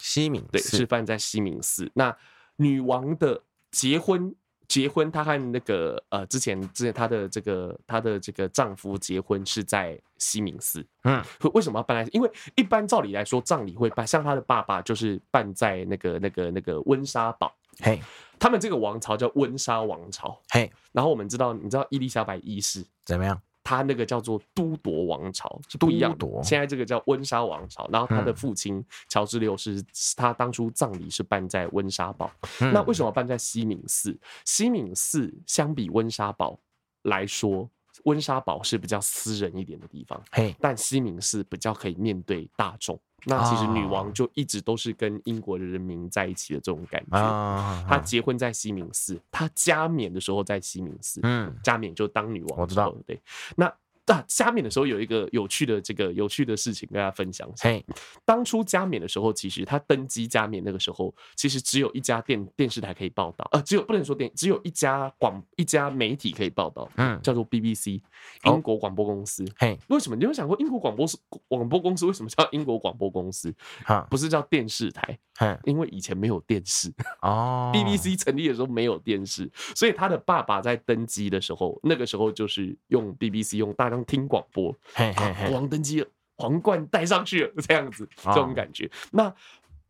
S2: 西敏
S1: 对，
S2: 寺
S1: 是办在西敏寺。那女王的结婚，结婚，她和那个呃，之前之前她的这个她的这个丈夫结婚是在西敏寺。
S2: 嗯，
S1: 可为什么要办在？因为一般照理来说，葬礼会办，像她的爸爸就是办在那个那个那个温莎堡。
S2: 嘿，
S1: 他们这个王朝叫温莎王朝，
S2: 嘿，
S1: 然后我们知道，你知道伊丽莎白一世，
S2: 怎么样？
S1: 他那个叫做都铎王朝是不一样的
S2: 都铎，
S1: 现在这个叫温莎王朝。然后他的
S2: 嗯
S1: 父亲乔治六世，他当初葬礼是办在温莎堡。
S2: 嗯
S1: 那为什么办在西敏寺？西敏寺相比温莎堡来说，温莎堡是比较私人一点的地方，
S2: 嘿，
S1: 但西敏寺比较可以面对大众。那其实女
S2: 啊
S1: 王就一直都是跟英国的人民在一起的这种感觉。
S2: 啊，
S1: 她结婚在西敏寺，她加冕的时候在西敏寺，
S2: 嗯，
S1: 加冕就当女王之后，
S2: 我知道
S1: 对，那啊，加冕的时候有一个有趣的这个有趣的事情跟大家分享一下。
S2: 嘿，
S1: 当初加冕的时候，其实他登基加冕那个时候，其实只有一家电电视台可以报道，呃，只有不能说电，只有一家广一家媒体可以报道，
S2: 嗯，
S1: 叫做 BBC，
S2: 哦
S1: 英国广播公司。
S2: 嘿，
S1: 为什么？你有没有想过英国广播广播公司为什么叫英国广播公司？
S2: 哈，
S1: 不是叫电视台？
S2: 嘿，
S1: 因为以前没有电视。
S2: 哦
S1: BBC 成立的时候没有电视，所以他的爸爸在登基的时候，那个时候就是用 BBC 用大量听广播，
S2: 嘿
S1: 啊
S2: 嘿啊
S1: 国
S2: 嘿，
S1: 王登基了，皇冠戴上去了，这样子这种感觉。那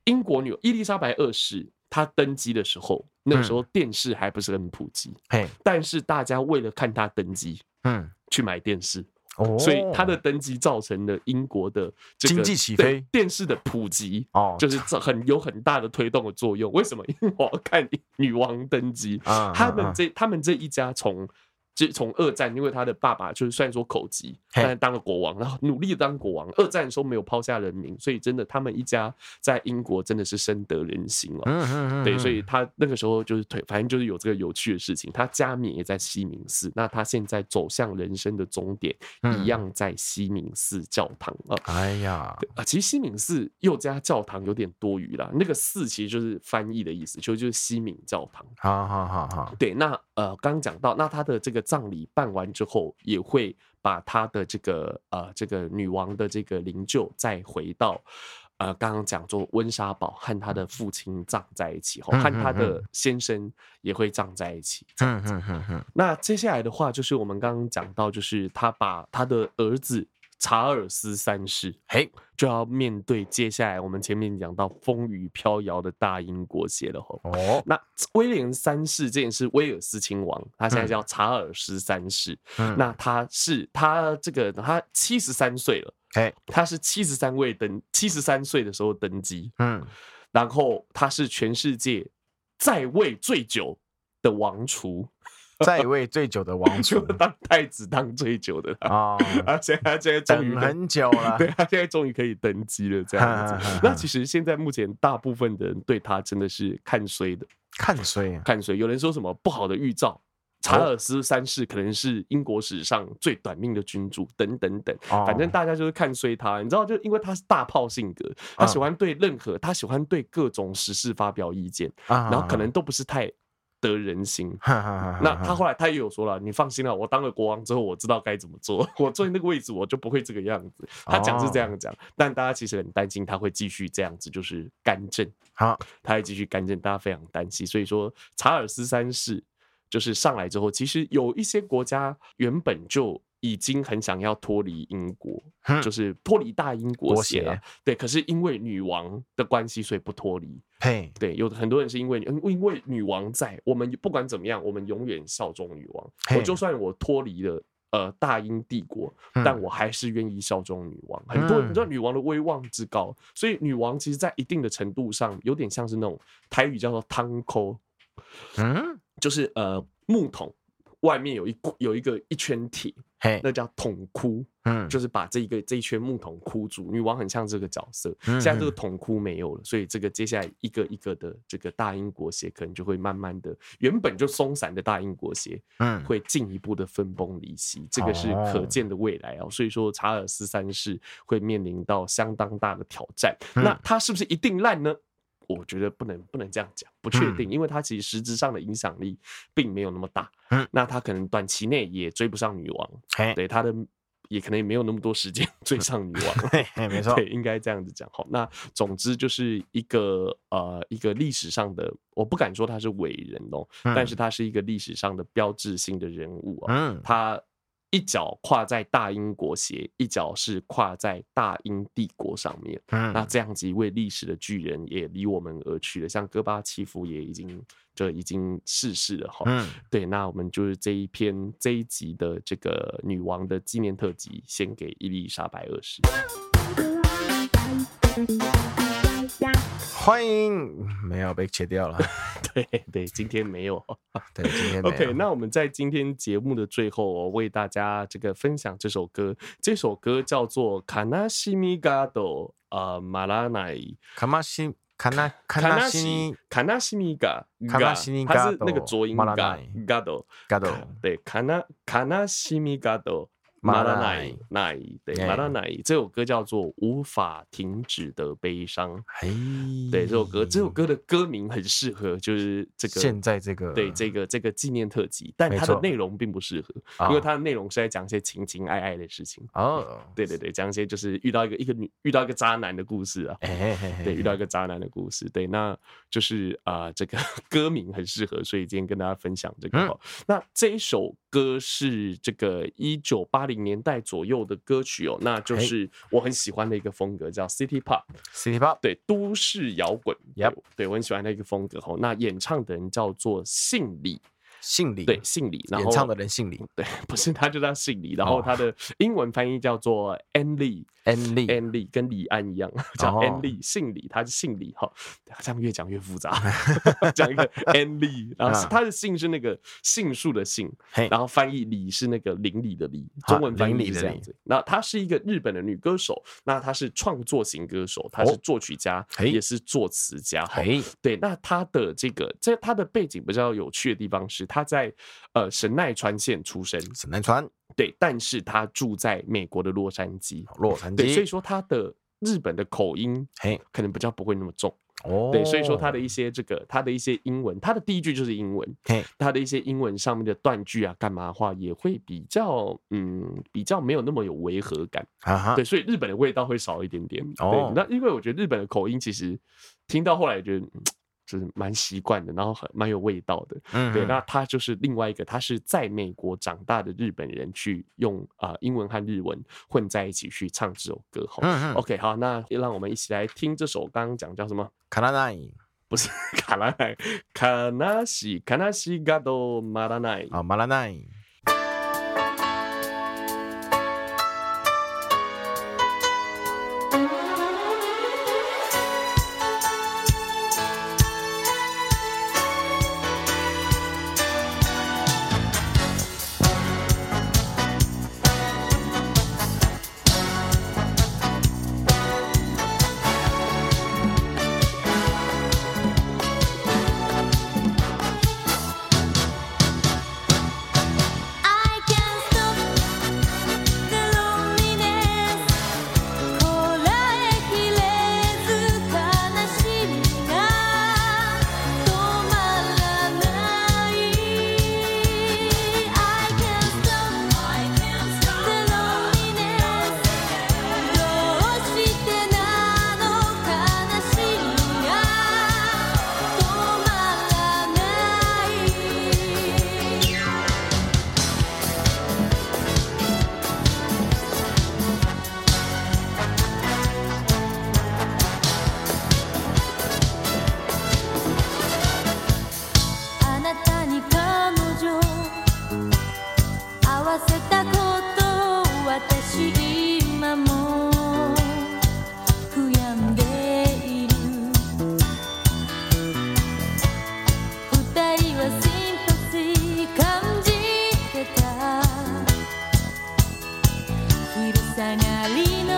S1: 英国女伊丽莎白二世她登基的时候，那个时
S2: 嗯
S1: 候电视还不是很普及，
S2: 嘿，
S1: 但是大家为了看她登基
S2: 嗯，
S1: 去买电视，
S2: 哦，
S1: 所以她的登基造成了英国的这个
S2: 经济起
S1: 对
S2: 飞
S1: 电视的普及
S2: 哦，
S1: 就是这很有很大的推动的作用。为什么？因为我要看女王登基，
S2: 啊
S1: 他们这他们这一家从。就从二战，因为他的爸爸就是虽然说口疾，
S2: 嘿
S1: 但是当了国王，然后努力地当国王。二战的时候没有抛下人民，所以真的他们一家在英国真的是深得人心了。
S2: 嗯嗯嗯，
S1: 对，所以他那个时候就是推，反正就是有这个有趣的事情。他加冕也在西敏寺，那他现在走向人生的终点，
S2: 嗯
S1: 一样在西敏寺教堂啊。
S2: 哎呀，
S1: 啊，其实西敏寺又加教堂有点多余啦。那个寺其实就是翻译的意思，就就是西敏教堂。
S2: 好好好好，
S1: 对，那呃，刚刚讲到，那他的这个葬礼办完之后，也会把他的这个呃这个女王的这个灵柩再回到呃刚刚讲说温莎堡和他的父亲葬在一起，吼
S2: 嗯
S1: 和他
S2: 嗯
S1: 的先生也会葬在一起。
S2: 嗯嗯嗯
S1: <laughs>
S2: 嗯，
S1: 那接下来的话，就是我们刚刚讲到，就是他把他的儿子查尔斯三世，
S2: 嘿，
S1: 就要面对接下来我们前面讲到风雨飘摇的大英国协了吼。
S2: 哦，
S1: 那威廉三世这件事，威尔斯亲王，他现在叫查尔斯三世。
S2: 嗯
S1: 那他是他这个他七十三岁了，
S2: 嘿，
S1: 他是七十三位登七十三岁的时候登基， <laughs>
S2: 嗯，
S1: 然后他是全世界在位最久的王储， <laughs>
S2: 在位最久的王
S1: 就
S2: 储
S1: 当太子当最久的他。
S2: 啊，
S1: 而且他现在终于
S2: 等
S1: 登
S2: 很久了
S1: 对，他现在终于可以登基了，这样
S2: 哈哈
S1: 子
S2: 哈。
S1: 那其实现在目前大部分的人对他真的是看衰的，
S2: 看谁？
S1: 看衰。有人说什么不好的预兆，查尔斯三世可能是英国史上最短命的君主，等等等。
S2: 哦
S1: 反正大家就是看衰他，你知道，就因为他是大炮性格，他
S2: 嗯
S1: 喜欢对任何，他喜欢对各种时事发表意见，
S2: 啊，
S1: 然后可能都不是太得人心。
S2: 哈哈哈哈，
S1: 那他后来他也有说了，你放心了，我当了国王之后，我知道该怎么做， <laughs> 我坐在那个位置我就不会这个样子。他讲是这样讲，但大家其实很担心他会继续这样子，就是干政，
S2: 好，
S1: 他会继续干政，大家非常担心。所以说，查尔斯三世就是上来之后，其实有一些国家原本就。已经很想要脱离英国，
S2: 嗯
S1: 就是脱离大英国
S2: 国
S1: 协了
S2: 协。
S1: 对，可是因为女王的关系，所以不脱离。
S2: 嘿，
S1: 对，有很多人是因为嗯因为因为女王在，我们不管怎么样，我们永远效忠女王。
S2: 嘿
S1: 我就算我脱离了。呃，大英帝国，
S2: 嗯
S1: 但我还是愿意效忠女王。很多人
S2: 嗯
S1: 知道女王的威望之高，所以女王其实，在一定的程度上，有点像是那种台语叫做汤抠，
S2: 嗯，
S1: 就是呃木桶外面有一股有一个一圈铁，
S2: 嘿，
S1: 那叫桶箍，
S2: 嗯，
S1: 就是把这一个这一圈木桶箍住。女王很像这个角色，
S2: 嗯
S1: 现在这个桶箍没有了，所以这个接下来一个一个的这个大英国协可能就会慢慢的，原本就松散的大英国协
S2: 嗯
S1: 会进一步的分崩离析，这个是可见的未来哦。所以说，查尔斯三世会面临到相当大的挑战。
S2: 嗯
S1: 那他是不是一定烂呢？我觉得不能不能这样讲，不确定，因为他其实实质上的影响力并没有那么大。
S2: 嗯哎
S1: 那他可能短期内也追不上女王，
S2: 嘿，
S1: 对他的也可能也没有那么多时间 <laughs> 追上女王。
S2: 嘿嘿，没错，
S1: 对，应该这样子讲。好，那总之就是一个呃，一个历史上的，我不敢说他是伟人哦，
S2: 嗯
S1: 但是他是一个历史上的标志性的人物啊。
S2: 嗯
S1: 他一脚跨在大英国协，一脚是跨在大英帝国上面。那
S2: 嗯，
S1: 这样子一位历史的巨人也离我们而去了，像戈巴契夫也已经就已经逝世了哈。
S2: 嗯，
S1: 对，那我们就是这一篇这一集的这个女王的纪念特辑，献给伊丽莎白二世。
S2: 欢迎，没有被切掉了，
S1: <laughs> 对对，今天没有。
S2: 对，今天没有
S1: OK，那我们在今天节目的最后、哦，为大家这个分享这首歌。这首歌叫做《卡纳西米嘎斗》啊，马拉奈
S2: 卡纳西卡纳卡
S1: 卡
S2: 纳
S1: 纳
S2: 西
S1: 西
S2: 尼
S1: 卡纳西米嘎
S2: 卡纳西米嘎
S1: 它是那个
S2: 斗
S1: 浊音
S2: 马拉
S1: 嘎
S2: 奈
S1: 嘎斗
S2: 嘎斗，
S1: 卡对卡纳卡纳西米嘎斗。
S2: 马
S1: 马
S2: 拉
S1: 拉
S2: 奈
S1: 奈奈，对，
S2: 哎
S1: 马拉奈这首歌叫做《无法停止的悲伤》。
S2: 嘿，
S1: 对，这首歌，这首歌的歌名很适合，就是这个
S2: 嗯现在这个
S1: 对这个这个纪念特辑，但
S2: 没
S1: 它的
S2: 错
S1: 内容并不适合，
S2: 啊
S1: 因为它的内容是在讲一些情情爱爱的事情。
S2: 哦，
S1: 对对对，讲一些就是遇到一个一个女遇到一个渣男的故事啊。
S2: 哎嘿嘿，
S1: 对，遇到一个渣男的故事，对，那就是啊、呃这个 <laughs> 歌名很适合，所以今天跟大家分享这个、
S2: 嗯
S1: 哦。那这一首歌是这个一九八零年代左右的歌曲哦，那就
S2: 嘿
S1: 是我很喜欢的一个风格，叫 City Pop。
S2: City Pop，
S1: 对，都市摇滚
S2: Yep
S1: 对对我很喜欢那个风格哦吼。那演唱的人叫做姓李，
S2: 姓李，
S1: 对，，姓李，然后
S2: 演唱的人姓李
S1: 对， <laughs> 不是他就叫姓李，然后
S2: 哦
S1: 他的英文翻译叫做 An Lee，An
S2: ，N 李，
S1: Lee 跟李安一样，叫
S2: 哦
S1: An Lee，姓李，他是姓李哈。这样越讲越复杂， <laughs> 讲一个 An Lee，然后
S2: 啊
S1: 他的姓是那个姓数的姓，
S2: 嘿
S1: 然，后翻译李是那个邻里的李，
S2: 好
S1: 中文翻
S2: 邻
S1: 译
S2: 里
S1: 是
S2: 的
S1: 这样
S2: 里
S1: 子。那她是一个日本的女歌手，那她是创作型歌手，她是
S2: 哦
S1: 作曲家，
S2: 嘿
S1: 也是作词家。哈
S2: 嘿，
S1: 对，那她的这个，这她的背景比较有趣的地方是，她在呃神奈川县出生，
S2: 沈南川，
S1: 对，但是她住在美国的洛杉矶，
S2: 洛杉
S1: 对，所以
S2: 矶，
S1: 说她的日本的口音
S2: 嘿，
S1: 可能比较不会那么重，
S2: 哦，
S1: 对，所以说她的一些这个，她的一些英文，她的第一句就是英文，
S2: 嘿，
S1: 它的一些英文上面的断句啊，干嘛的话也会比较嗯比较没有那么有违和感，
S2: 啊哈
S1: 对，，所以日本的味道会少一点点。
S2: 哦
S1: 对，那因为我觉得日本的口音其实听到后来觉得嗯就是蛮习惯的，然后很蛮有味道的。
S2: 嗯
S1: 对，
S2: 嗯
S1: 那他就是另外一个，他是在美国长大的日本人，去用啊、呃英文和日文混在一起去唱这首歌。好、
S2: 嗯嗯
S1: o k 好，那让我们一起来听这首刚刚讲叫什么？
S2: 卡纳奈，
S1: 不是 <laughs> 卡拉奈，卡纳西卡纳西嘎多马拉奈。
S2: 啊，马拉奈，
S4: I can't stop the loneliness こらえきれず悲しみが止まらない I can't stop the loneliness どうしてなの悲しみが止まらないあなたに彼女合わせたこと私今も悔やんでいる二人はシンパシー感じがりの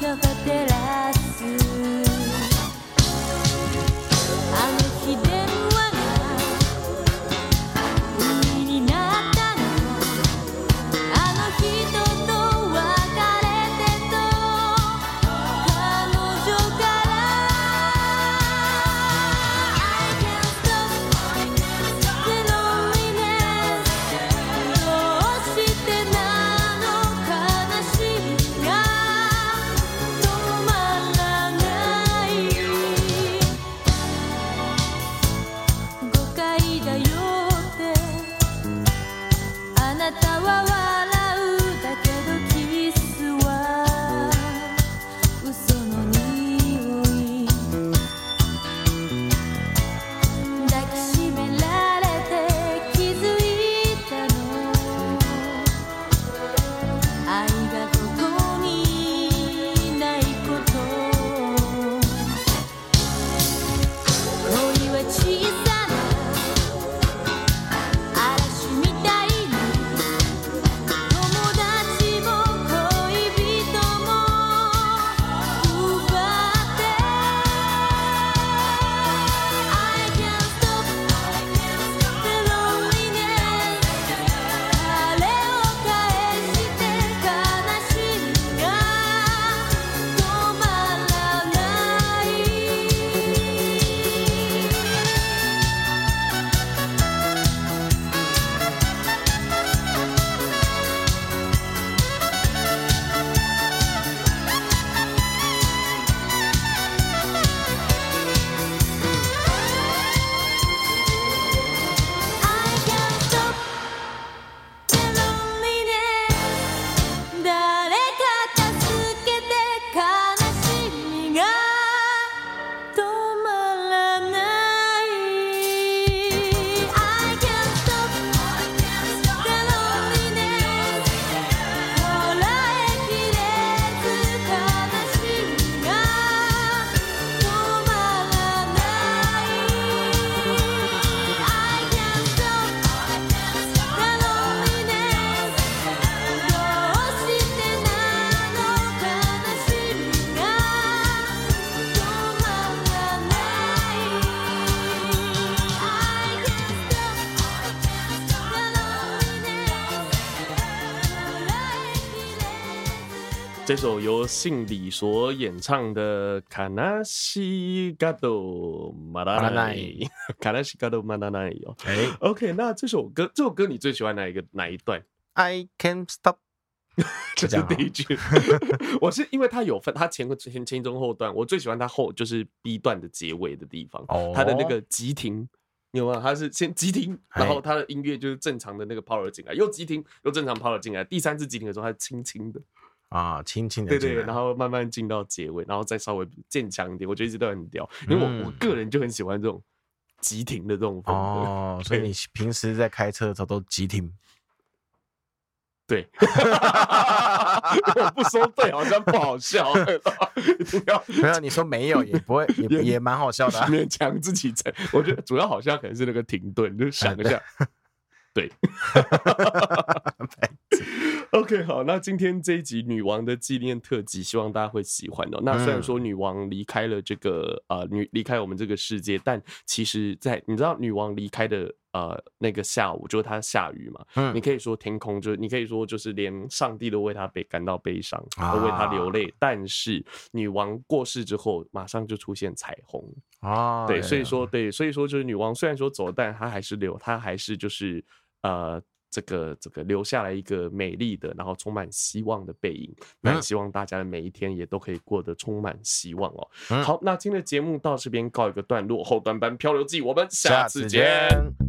S4: 夜が照らす」「あの日電話が海になったの」「あの人と別れてと彼女から」「I can't stop the loneliness」「どうしてなの悲しみが止まらない」「誤解だよって」あなたは笑うだけどキスは嘘の匂い抱きしめられて気づいたの愛がここにいないこと恋は小さな嵐みたいに「友達も恋人も奪って」「I can't stop the loneliness」「彼を返して悲しみが止まらない」I can't stop the loneliness 誰か助けて悲しみが止まらない I can't stop the loneliness こらえきれず悲しみが止まらない I can't stop the loneliness どうしてなの悲しみが止まらない I can't stop the loneliness こらえきれず
S1: 这首由信里所演唱的《卡纳西嘎多马拉奈》， <laughs> 卡纳西嘎多马拉奈哦。
S2: 哎、
S1: OK，那这首歌，这首歌你最喜欢哪一个哪一段？
S2: i can't stop，
S1: 这
S2: 是这
S1: 是
S2: 样
S1: 第
S2: 哦
S1: 一句。 <laughs> 我是因为它有分，它前前前中后段，我最喜欢它后就是 B 段的结尾的地方，
S2: 哦
S1: 它的那个急停。你有没有？它是先急停，然后
S2: 哎
S1: 它的音乐就是正常的那个 power 进来，又急停，又正常 power 进来。第三次急停的时候，它是轻轻的，
S2: 啊，轻轻的，
S1: 对对，然后慢慢进到结尾，然后再稍微渐强一点，我觉得一直都很屌，因为我、我
S2: 嗯
S1: 个人就很喜欢这种急停的这种风格。
S2: 哦，所以你平时在开车的时候都急停，
S1: <laughs> 对， <laughs> 我不收费好像不好
S2: <laughs>
S1: 笑，一定要
S2: <laughs> 没有你说没有也不会，
S1: <laughs>
S2: 也也蛮好笑的啊、
S1: 勉强自己在。我觉得主要好像可能是那个停顿，
S2: 哎
S1: 就是想一下。 <laughs> 对 <laughs> ，OK，好，那今天这一集女王的纪念特辑，希望大家会喜欢哦。那虽
S2: 嗯
S1: 然说女王离开了这个呃女离开我们这个世界，但其实在，你知道女王离开的呃那个下午，就是她下雨嘛，你
S2: 嗯，
S1: 可以说天空就，你可以说就是连上帝都为他悲感到悲伤，
S2: 啊
S1: 都为他流泪。但是女王过世之后，马上就出现彩虹，
S2: 哦，
S1: 对，
S2: 有
S1: 所以
S2: 有
S1: 说对，所以说就是女王虽然说走了，但她还是留，她还是就是呃。这个这个留下来一个美丽的，然后充满希望的背影。那也
S2: 嗯
S1: 希望大家的每一天也都可以过得充满希望哦。
S2: 嗯
S1: 好，那今天的节目到这边告一个段落，后段班漂流记，我们下
S2: 下
S1: 次
S2: 次
S1: 见。
S2: 见。